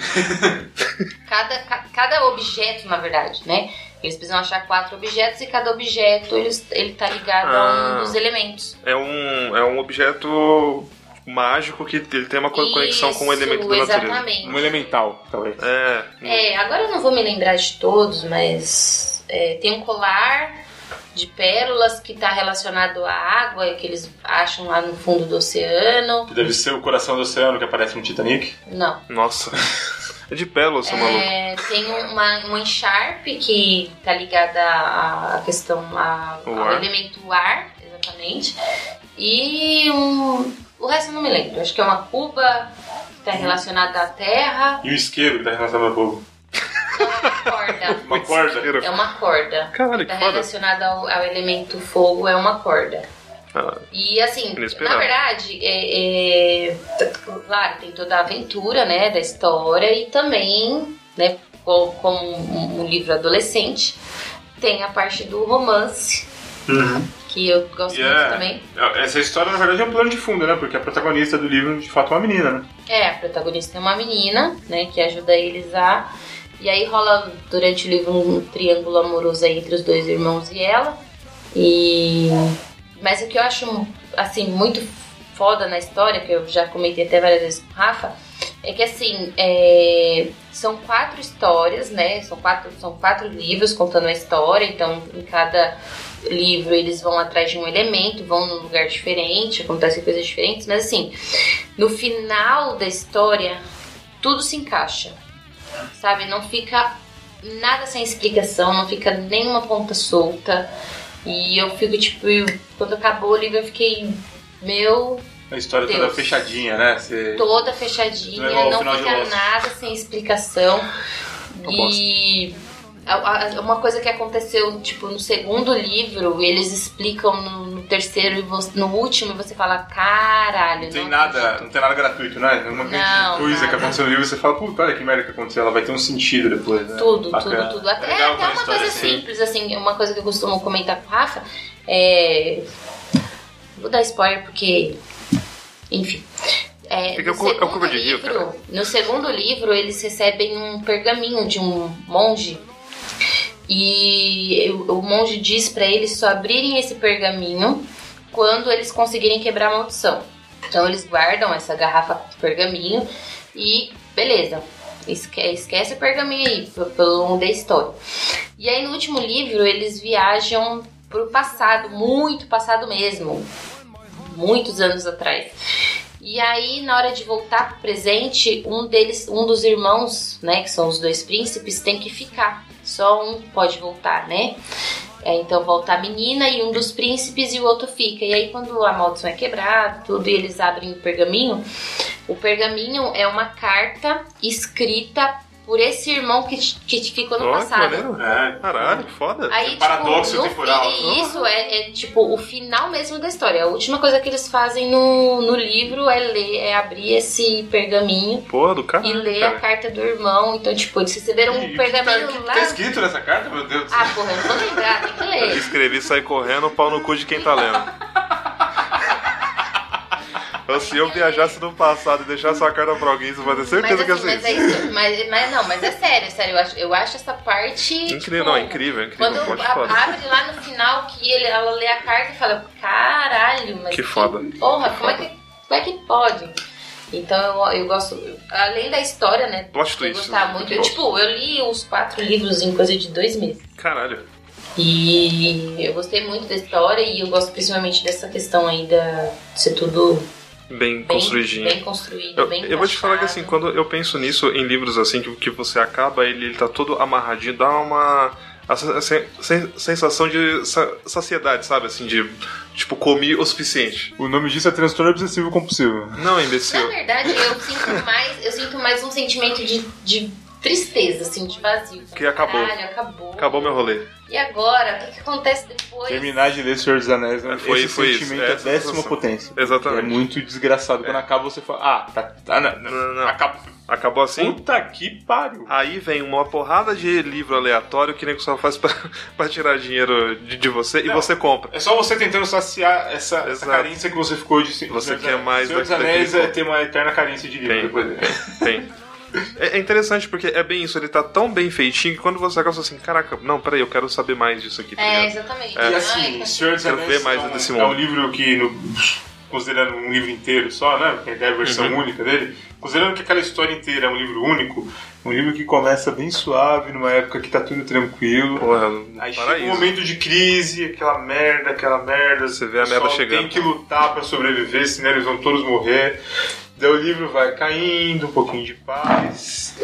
cada, ca- cada objeto, na verdade, né? Eles precisam achar quatro objetos e cada objeto eles, ele tá ligado a
Ah.
um dos elementos.
É um, é um objeto mágico que ele tem uma co- conexão com o elemento
Isso,
da natureza.
Exatamente.
Um elemental, talvez.
Hum.
É,
É, agora eu não vou me lembrar de todos, mas é, tem um colar de pérolas que está relacionado à água que eles acham lá no fundo do oceano.
Que deve ser o coração do oceano que aparece no Titanic.
Não.
nossa. É de pérola, seu maluco.
É, tem uma, uma encharpe que tá ligada à à questão a-
O
ao
ar.
elemento ar, exatamente. E um, o resto eu não me lembro. Acho que é uma cuba que tá relacionada à terra. é
E o isqueiro que tá relacionado ao fogo.
Corda.
Uma corda.
isqueiro.
É uma corda.
Caralho, que
Tá
foda.
relacionada ao, ao elemento fogo, é uma corda.
Ah,
E assim,
Inesperado.
na verdade, é, é, t- claro, tem toda a aventura né, da história e também, né, co- como um um livro adolescente, tem a parte do romance, que eu gosto
Yeah.
muito também.
Essa história, na verdade, é um plano de fundo, né? Porque a protagonista do livro, de fato, é uma menina, né?
É, a protagonista é uma menina, né, que ajuda eles a. E aí rola durante o livro um triângulo amoroso aí entre os dois irmãos e ela. E. Mas o que eu acho, assim, muito foda na história, que eu já comentei até várias vezes com o Rafa, é que, assim, é, são quatro histórias, né? São quatro, são quatro livros contando a história, então em cada livro eles vão atrás de um elemento, vão num lugar diferente, acontecem coisas diferentes, mas assim, no final da história, tudo se encaixa, sabe? Não fica nada sem explicação, não fica nenhuma ponta solta. E eu fico tipo, eu- quando acabou o livro, eu fiquei, meu,
A história toda
Deus.
fechadinha, né? Você-
toda
Não é
fechadinha,
igual ao
não
final de
fica
Lost.
nada sem explicação. E a- a- uma coisa que aconteceu, tipo, no segundo livro, eles explicam no, no terceiro e você- no último, e você fala, caralho,
Não tem
não
nada, não tem nada gratuito, né? É Uma grande
Não,
coisa que
nada.
aconteceu no livro, você fala, puta, olha que merda que aconteceu, ela vai ter um sentido depois, né?
Tudo,
Bacana.
tudo, tudo. Até,
É legal
até
quando a
uma
história
coisa
é assim.
simples, assim, uma coisa que eu costumo comentar com o Rafa é. Vou dar spoiler porque. Enfim. É,
Porque é
no
o cu- é o
segundo
Curva de Rio, cara.
livro, No segundo livro, eles recebem um pergaminho de um monge. E o o monge diz pra eles só abrirem esse pergaminho quando eles conseguirem quebrar a maldição. Então eles guardam essa garrafa com pergaminho e beleza. Esque- Esquece o pergaminho aí, p- pelo longo da história. E aí no último livro eles viajam pro passado, muito passado mesmo. Muitos anos atrás. E aí, na hora de voltar pro presente, um deles, um dos irmãos, né, que são os dois príncipes, tem que ficar. Só um pode voltar, né? É, então volta a menina e um dos príncipes e o outro fica. E aí quando a maldição é quebrada, tudo, e eles abrem o pergaminho, o pergaminho é uma carta escrita por esse irmão que, te- que te ficou no
Ó, que
passado.
maneiro.
assim.
É.
Caralho, que foda.
Aí, tipo,
Paradoxo
no
temporal. Uhum.
fim- isso é, é, tipo o final mesmo da história. A última coisa que eles fazem no, no livro é ler, é abrir esse pergaminho
Porra do cara.
e ler a
cara.
carta do irmão. Então, tipo, eles receberam
Uhum. Tá. E
um
o que tá-
pergaminho
o que
lá.
tá escrito nessa carta, meu Deus do céu?
Ah, porra, eu não vou lembrar, tem que
Eu
ler.
escrevi, saí correndo, pau no cu de quem tá lendo. Então, se eu viajasse no passado e deixasse uma carta pra alguém, você vai ter
Mas
certeza
assim,
que é
mas é
assim.
isso. Mas, mas não, mas é sério, sério. Eu acho, eu acho essa parte.
Incrível,
tipo,
não, incrível, incrível.
Quando
Pode
a-
foda.
abre lá no final que ele, ela lê a carta e fala, caralho, mas.
Que foda.
Porra,
Que
como, é que, como é que pode? Então eu, eu gosto. eu- além da história, né?
Plot
eu
twist,
gostar
né?
muito.
Muito bom.
Eu, tipo, eu li os quatro livros em coisa de dois meses.
Caralho.
E eu gostei muito da história e eu gosto principalmente dessa questão aí da de ser tudo
Bem
bem,
construidinho.
bem construído,
Eu,
bem
eu vou te falar que assim,
encaixado.
quando eu penso nisso em livros assim, que, que você acaba, ele, ele tá todo amarradinho, dá uma a sen- sen- sen- sensação de sa- saciedade, sabe? Assim, de tipo, comi o suficiente.
O nome disso é transtorno obsessivo compulsivo.
Não,
Na
imbecil.
verdade, eu sinto mais, eu sinto mais um sentimento de, de tristeza, assim, de vazio.
Que acabou.
Caralho, acabou.
Acabou meu rolê.
E agora? O que, que acontece depois?
Terminar de ler Senhor dos Anéis, né?
É, foi-
esse
foi isso,
sentimento
é
é
essa
décima
sensação.
potência. É
Exatamente.
muito desgraçado.
É.
Quando acaba, você fala, ah, tá, tá não, não,
Não, não, não.
acabou.
Acabou assim?
Puta que pariu.
Aí vem uma porrada de livro aleatório que nem só faz pra, pra tirar dinheiro de, de você e
Não.
você compra.
É só você tentando saciar essa, essa
Exato.
carência que você ficou de Senhor
Você
dos
quer
Anéis.
mais
Senhor dos
daquele
Anéis
corpo.
é ter uma eterna carência de livro.
Tem.
Depois dele.
Tem. É é interessante porque é bem isso, ele tá tão bem feitinho que quando você acaba você fala assim, caraca, não, peraí, eu quero saber mais disso aqui. tá
É,
ligado?
exatamente.
E
Ai,
assim,
cara.
Senhor dos
Quero
Anéis
ver mais
é, um,
desse
é
mundo.
um livro que, no- considerando um livro inteiro só, né? Que é a versão única dele, considerando que aquela história inteira é um livro único, um livro que começa bem suave, numa época que tá tudo tranquilo.
Porra,
Aí chega um
paraíso.
momento de crise, aquela merda, aquela merda.
Você vê a
o pessoal
merda chegando.
Tem que lutar pra sobreviver, senão eles vão todos morrer. Daí o livro vai caindo, um pouquinho de paz.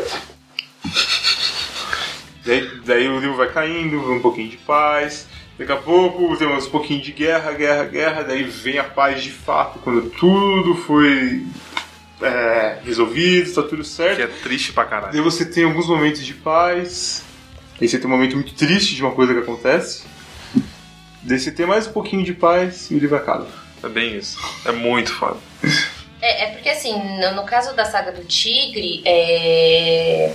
Daí, daí o livro vai caindo, um pouquinho de paz. Daqui a pouco tem uns pouquinho de guerra, guerra, guerra. Daí vem a paz de fato, quando tudo foi é, resolvido, tá tudo certo.
Que é triste pra caralho.
Daí você tem alguns momentos de paz. Aí você tem um momento muito triste de uma coisa que acontece. Daí você tem mais um pouquinho de paz e o livro acaba.
É bem isso. É muito foda.
É, é porque assim, no, no caso da saga do Tigre, é, é-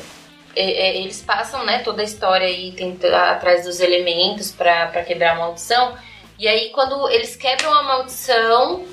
é, eles passam né, toda a história aí tenta, atrás dos elementos pra pra quebrar a maldição. E aí quando eles quebram a maldição,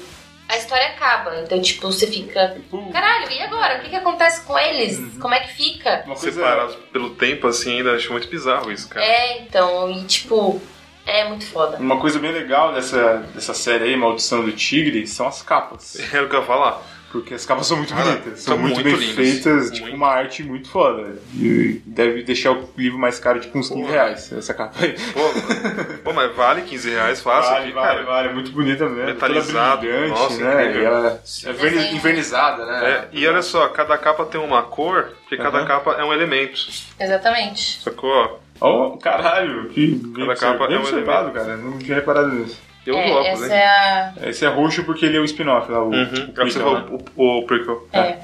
a história acaba. Então, tipo, você fica. Caralho, e agora? O que, que acontece com eles? Como é que fica?
Uma coisa
Separados pelo tempo, assim, ainda acho muito bizarro isso, cara.
É, então, e tipo, é muito foda.
Uma coisa bem legal dessa, dessa série aí, Maldição do Tigre, são as capas.
Era É o que eu ia falar.
Porque as capas são muito
Cara,
bonitas,
são
são muito,
muito
bem
lindas.
feitas, tipo
Muito.
uma arte muito foda. E deve deixar o livro mais caro, tipo uns 15
Porra.
reais, essa capa aí.
Pô, mano. Pô, mas vale 15 reais fácil
vale,
aqui,
vale,
cara.
vale, é muito bonita mesmo.
Metalizado,
toda brilhante,
nossa,
né?
incrível.
E ela é verni-
Desenho.
invernizada, né?
É, e olha só, cada capa tem uma cor, porque cada
Aham.
capa é um elemento.
Exatamente.
Sacou?
Oh, caralho, que bem,
Cada capa
observ- bem
é um
observado, cara. Não tinha reparado nisso.
Eu
é,
é,
essa
óculos, hein?
é a.
Esse é roxo porque ele é o spin-off lá, o,
Uhum.
o
Aí você
Prickle,
falou
né?
o, o prequel.
É.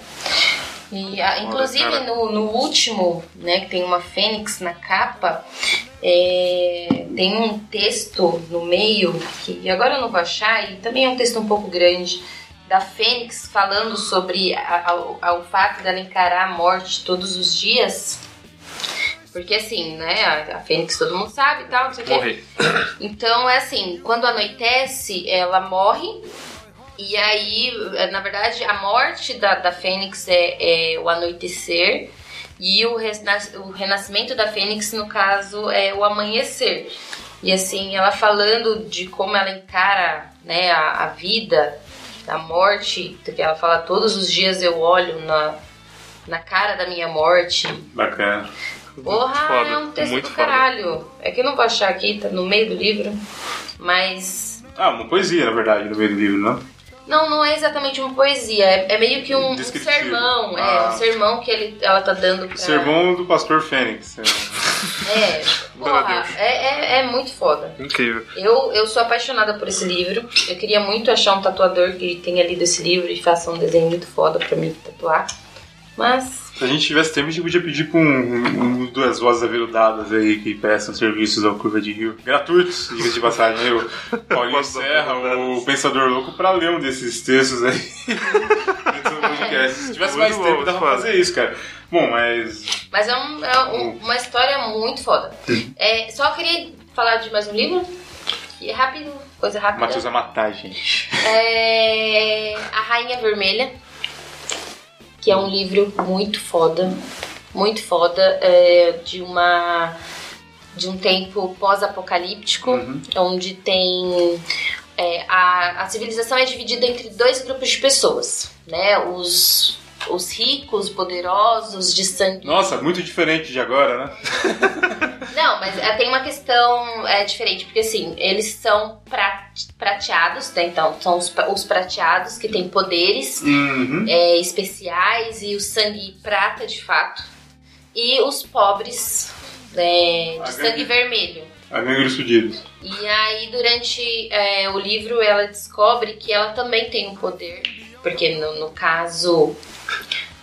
E, a- inclusive
cara.
no, no último, né, que tem uma fênix na capa, é, tem um texto no meio, que agora eu não vou achar, e também é um texto um pouco grande, da fênix falando sobre a- a- a- o fato dela encarar a morte todos os dias. Porque assim, né, a, a fênix todo mundo sabe e tal, não sei o quê.
Morrer.
Então é assim, quando anoitece, ela morre. E aí, eh, na verdade, a morte da, da Fênix é, é o anoitecer. E o, resnas- o renascimento da Fênix, no caso, é o amanhecer. E assim, ela falando de como ela encara né, a, a vida, a morte, que ela fala todos os dias eu olho na, na cara da minha morte.
Bacana.
Porra,
foda,
é um texto
muito
do
foda.
caralho. É que eu não vou achar aqui, tá no meio do livro. Mas.
Ah, uma poesia, na verdade, no meio do livro, não?
Não, não é exatamente uma poesia. É, é meio que um, um
Descritivo.
sermão.
Ah.
É, um sermão que ele, ela tá dando pra.
Sermão do pastor Fênix. É.
É, porra,
Deus.
é, é, é muito foda.
Incrível.
Eu, eu sou apaixonada por esse livro. Eu queria muito achar um tatuador que tenha lido esse livro e faça um desenho muito foda pra mim tatuar. Mas.
Se a gente tivesse tempo, a gente podia pedir com um, um- duas vozes aveludadas aí que prestam serviços ao Curva de Rio. Gratuitos, diga-se de passagem. né? O Paulinho
Vozes
Serra, o
aveludadas.
Pensador Louco, pra ler um desses textos aí. Dentro do podcast. Se tivesse
Muito
mais
bom,
tempo, dava pra
foda.
fazer isso, cara. Bom, mas.
Mas é, um- é um- uma história muito foda. É, só queria falar de mais um livro. E é rápido, coisa rápida.
Matheus vai matar, a gente.
É A Rainha Vermelha, que é um livro muito foda, muito foda, é, de uma de um tempo pós-apocalíptico, onde tem é, a, a civilização é dividida entre dois grupos de pessoas, né? Os os ricos, poderosos, de sangue.
Nossa, muito diferente de agora, né?
Não, mas é, tem uma questão é, diferente, porque assim, eles são pra- prateados, né? Então, são os, pra- os prateados que têm poderes
Uhum.
é, especiais e o sangue prata de fato. E os pobres é,
Ah,
de sangue
grande.
vermelho.
A gangue dos fudidos.
E aí, durante é, o livro, ela descobre que ela também tem um poder. Porque no, no caso,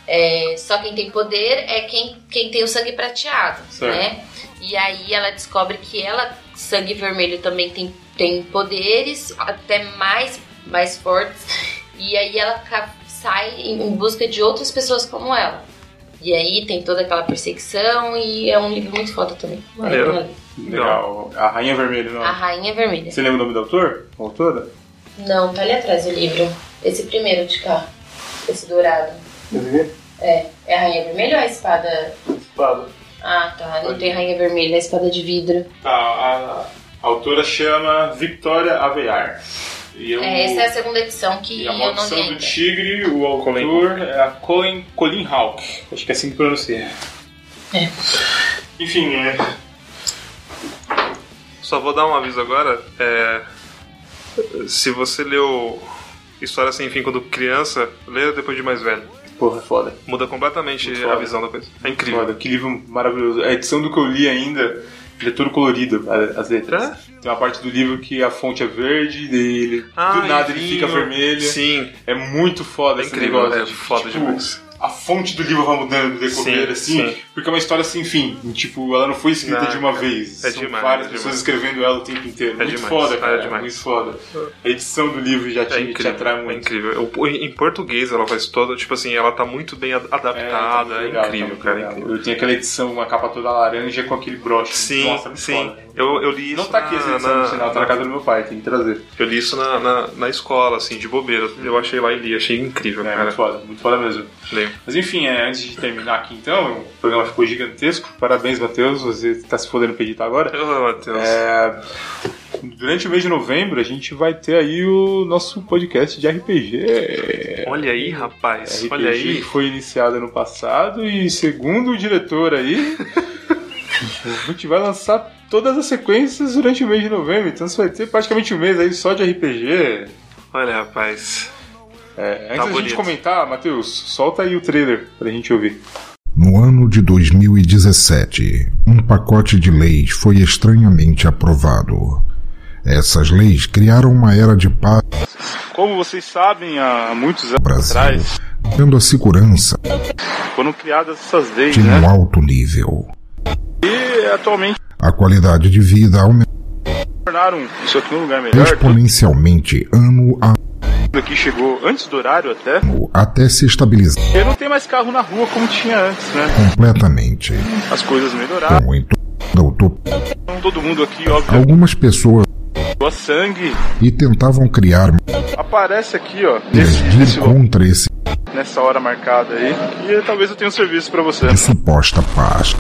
é, só quem tem poder é quem, quem tem o sangue prateado,
Certo.
né? E aí ela descobre que ela, sangue vermelho, também tem, tem poderes, até mais, mais fortes. E aí ela ca- sai em, em busca de outras pessoas como ela. E aí tem toda aquela perseguição e é um livro muito foda também.
Maneiro.
Vale a pena ler.
Legal. A Rainha Vermelha, não.
A Rainha Vermelha.
Você lembra o nome do autor? Autora?
Não, tá ali atrás o livro. Esse primeiro de cá. Esse dourado. É. É a rainha vermelha ou a espada?
Espada.
Ah, tá. Não tem rainha vermelha, é a espada de vidro.
Tá, a, a autora chama Victoria Avear. E eu,
É, essa é a segunda edição que
e
eu
a
não
Maldição
li
do
ainda.
Tigre, o autor é a Colin, Colin Hawk. Acho que é assim que pronuncia. Enfim, é.
Só vou dar um aviso agora. É, se você leu História Sem Fim quando criança, leia depois de mais velho.
Porra, é foda.
Muda completamente
Muito
a
foda.
visão da coisa. É incrível.
Foda, que livro maravilhoso. A edição do que eu li ainda, ele é todo colorido, a- as letras.
É?
Tem uma parte do livro que a fonte é verde, daí ele,
Ah,
do nada ele
enfim,
fica vermelho.
Sim,
É muito foda
é
esse
incrível.
negócio.
é
de-
foda
tipo,
demais.
a fonte do livro vai mudando no decorrer,
Sim,
assim,
sim.
porque é uma história sem fim. Tipo, ela não foi escrita
Não,
de uma
cara,
vez.
é
São
demais,
várias
é
pessoas
demais.
escrevendo ela o tempo inteiro. muito
demais,
foda,
é
cara.
demais.
Muito foda. A edição do livro já te,
É
te
incrível,
atrai
é
muito.
incrível. O- Em português ela faz toda, tipo assim, ela tá muito bem ad-
É,
adaptada,
tá muito
é,
legal, tá
incrível,
muito
cara, é
legal.
incrível.
Eu tinha aquela edição, uma capa toda laranja com aquele broche.
Sim,
Nossa, é muito
sim.
foda.
Eu, eu li isso
Não tá aqui essa
na,
edição no
na-
sinal, tá na casa do meu pai, tem que trazer.
Eu li isso na, na, na escola, assim, de bobeira. Eu achei lá e li, achei incrível,
Hum. É,
cara.
muito foda, muito foda mesmo.
Leio.
Mas enfim, é, antes de terminar aqui então, o programa ficou gigantesco. Parabéns, Matheus, você tá se fodendo pra editar agora.
Oh, Matheus.
É, durante o mês de novembro a gente vai ter aí o nosso podcast de RPG.
Olha aí, rapaz.
RPG
Olha
que
aí.
foi iniciado ano passado e segundo o diretor aí, a gente vai lançar todas as sequências durante o mês de novembro. Então você vai ter praticamente um mês aí só de RPG.
Olha, rapaz.
Tá
É, antes da gente
bonito.
comentar, Matheus, solta aí o trailer pra gente ouvir.
No ano de 2017, um pacote de leis foi estranhamente aprovado. Essas leis criaram uma era de paz
Como vocês sabem, há muitos
no
anos
Brasil, tendo a segurança
foram criadas essas leis, né?
de
Uhum.
um alto nível.
E atualmente
A qualidade de vida aumentou
tornaram isso aqui um lugar melhor.
exponencialmente ano a
Tudo aqui chegou antes do horário até.
ano até se estabilizar
E não tem mais carro na rua como tinha antes, né?
completamente.
As coisas melhoraram.
Como em toda utopia,
Todo mundo aqui, óbvio,
algumas pessoas
doa sangue.
e tentavam criar
Aparece aqui, ó, nesse,
leis
nesse,
contra esse
nessa hora marcada aí. E talvez eu tenha um serviço pra você.
de suposta paz.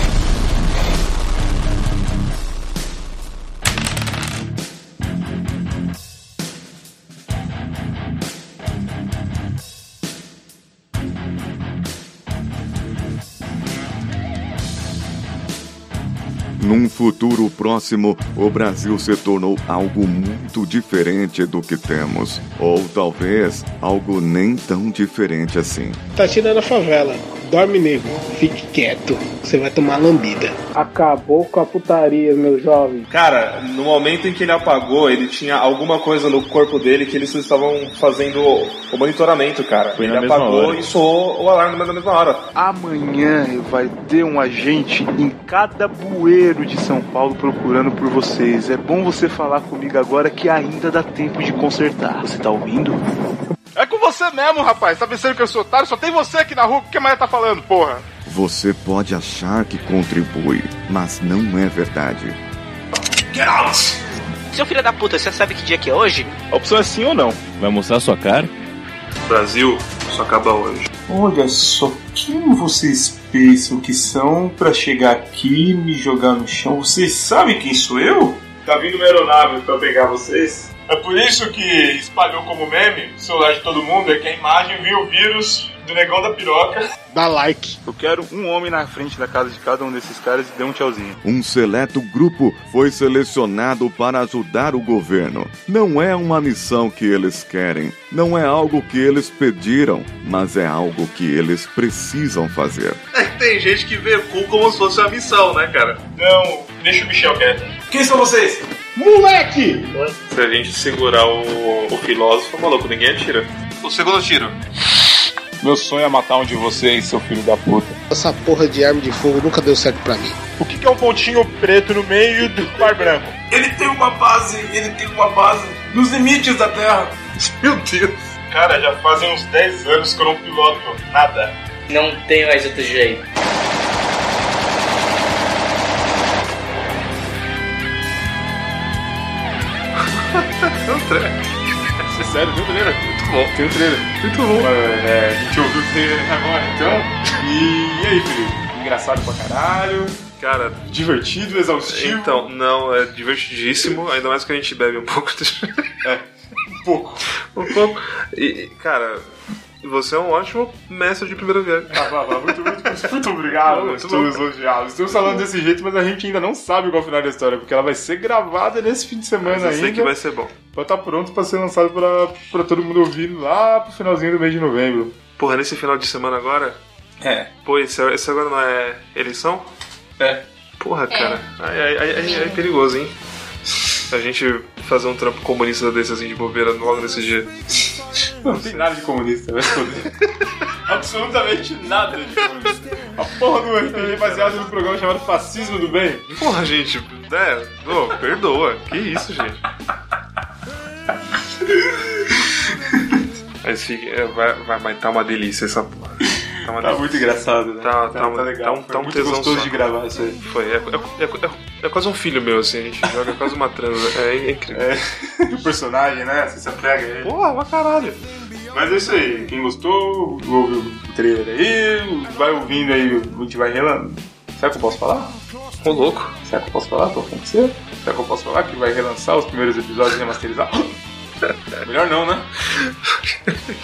Num futuro próximo, o Brasil se tornou algo muito diferente do que temos. Ou talvez algo nem tão diferente assim.
Tá tirando a favela. Dorme, nego. Fique quieto. Você vai tomar lambida.
Acabou com a putaria, meu jovem.
Cara, no momento em que ele apagou, ele tinha alguma coisa no corpo dele que eles estavam fazendo o monitoramento, cara.
Foi na
ele
mesma
apagou
hora.
e soou o alarme na mesma hora.
Amanhã vai ter um agente em cada bueiro de São Paulo procurando por vocês. É bom você falar comigo agora que ainda dá tempo de consertar. Você tá ouvindo?
É com você mesmo, rapaz. Tá pensando que eu sou otário? Só tem você aqui na rua. O que a Maia tá falando, porra?
Você pode achar que contribui, mas não é verdade.
Seu filho da puta, você sabe que dia que é hoje?
A opção é sim ou não.
Vai mostrar sua cara?
Brasil, isso acaba hoje.
Olha só, quem vocês pensam que são pra chegar aqui e me jogar no chão? Vocês sabem quem sou eu?
Tá vindo uma aeronave pra pegar vocês. É por isso que espalhou como meme no celular de todo mundo, é que a imagem viu o vírus do negão da piroca.
Dá like.
Eu quero um homem na frente da casa de cada um desses caras e dê um tchauzinho.
Um seleto grupo foi selecionado para ajudar o governo. Não é uma missão que eles querem, não é algo que eles pediram, mas é algo que eles precisam fazer.
Tem gente que vê cu como se fosse uma missão, né, cara?
Não, deixa o Michel quieto. Quem são vocês?
Moleque!
Se a gente segurar o, o filósofo, maluco, ninguém atira. O segundo tiro.
Meu sonho é matar um de vocês, seu filho da puta.
Essa porra de arma de fogo nunca deu certo pra mim.
O que, que é um pontinho preto no meio do par branco? Ele tem uma base, ele tem uma base nos limites da Terra. Meu Deus. Cara, já fazem uns 10 anos que eu não piloto nada.
Não tem mais outro jeito.
É sério, viu, galera? Muito bom. Tem um trailer. Muito bom. É, a gente ouviu o trailer agora, então. E, e aí, Felipe? Engraçado pra caralho,
Cara,
divertido, exaustivo.
então, não, é divertidíssimo, ainda mais que a gente bebe um pouco.
Um pouco.
um pouco. E, cara, você é um ótimo mestre de primeira viagem.
Tá, tá, tá. Muito, muito, muito obrigado,
Muito
estamos elogiados. Estamos falando desse jeito, mas a gente ainda não sabe qual é o final da história, porque ela vai ser gravada nesse fim de semana
Mas eu
ainda.
sei que vai ser bom.
Vai estar pronto pra ser lançado pra, pra todo mundo ouvir lá pro finalzinho do mês de novembro.
Porra, nesse final de semana agora?
É.
Pô, esse, esse agora não é eleição?
É.
Porra, cara. Aí, aí- aí- aí é perigoso, hein? A gente fazer um trampo comunista desse assim de bobeira logo nesse dia.
Não tem nada de comunista, né? vai se foder. Absolutamente nada de comunista. A porra do RPG baseado no programa chamado Fascismo do Bem.
Porra, gente, né? Ô, perdoa. Que isso, gente. Mas fica, é, vai, vai, mas tá uma delícia essa porra. Tá, uma
Tá
delícia.
muito engraçado, né?
Tá- tá- tá
legal.
um-
Foi
tá um
muito
tesão
gostoso
só.
de gravar isso aí.
Foi, é, é- é- é quase um filho meu, assim, a gente joga quase uma transa. É, é incrível.
E o personagem, né? Você se apega a ele.
Porra, pra caralho.
Mas é isso aí. Quem gostou, ouve o trailer aí, vai ouvindo aí, a gente vai relan... Será que eu posso falar?
Ô, louco.
Será que eu posso falar? Tô com você? Será que eu posso falar que vai relançar os primeiros episódios remasterizados? Melhor não, né?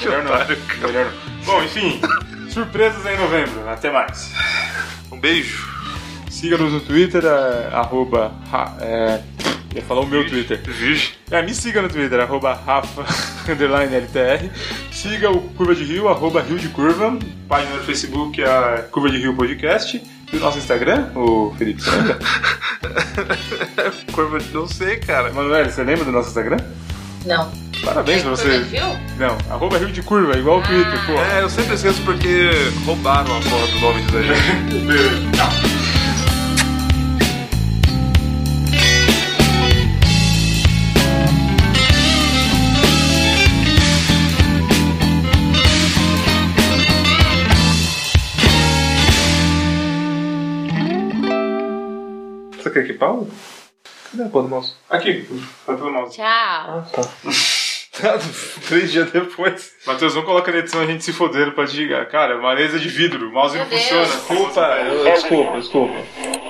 Melhor não. Melhor não. Bom, enfim, surpresas em novembro. Até mais.
Um beijo.
Siga-nos no Twitter, é, arroba. ra- é, ia falar o meu Twitter.
Virgem.
É, me siga no Twitter, arroba Rafa underline LTR. Siga o Curva de Rio, arroba Rio de Curva. Página do Facebook é a Curva de Rio Podcast. E o nosso Instagram, o Felipe, você lembra?
Curva de- Não sei, cara.
Manoel, você lembra do nosso Instagram?
Não.
Parabéns pra você.
Viu?
Não, arroba Rio de Curva, igual o Twitter, pô.
É, eu sempre esqueço porque roubaram a porra do nome disso aí. Você quer que pau? Cadê a porra do mouse?
Aqui, tá pelo mouse.
Tchau.
Três dias depois.
Matheus, não coloca na edição a gente se fodendo pra te ligar. Cara, é uma mesa de vidro, o mouse
Meu
não funciona.
Deus.
Desculpa,
Desculpa, desculpa.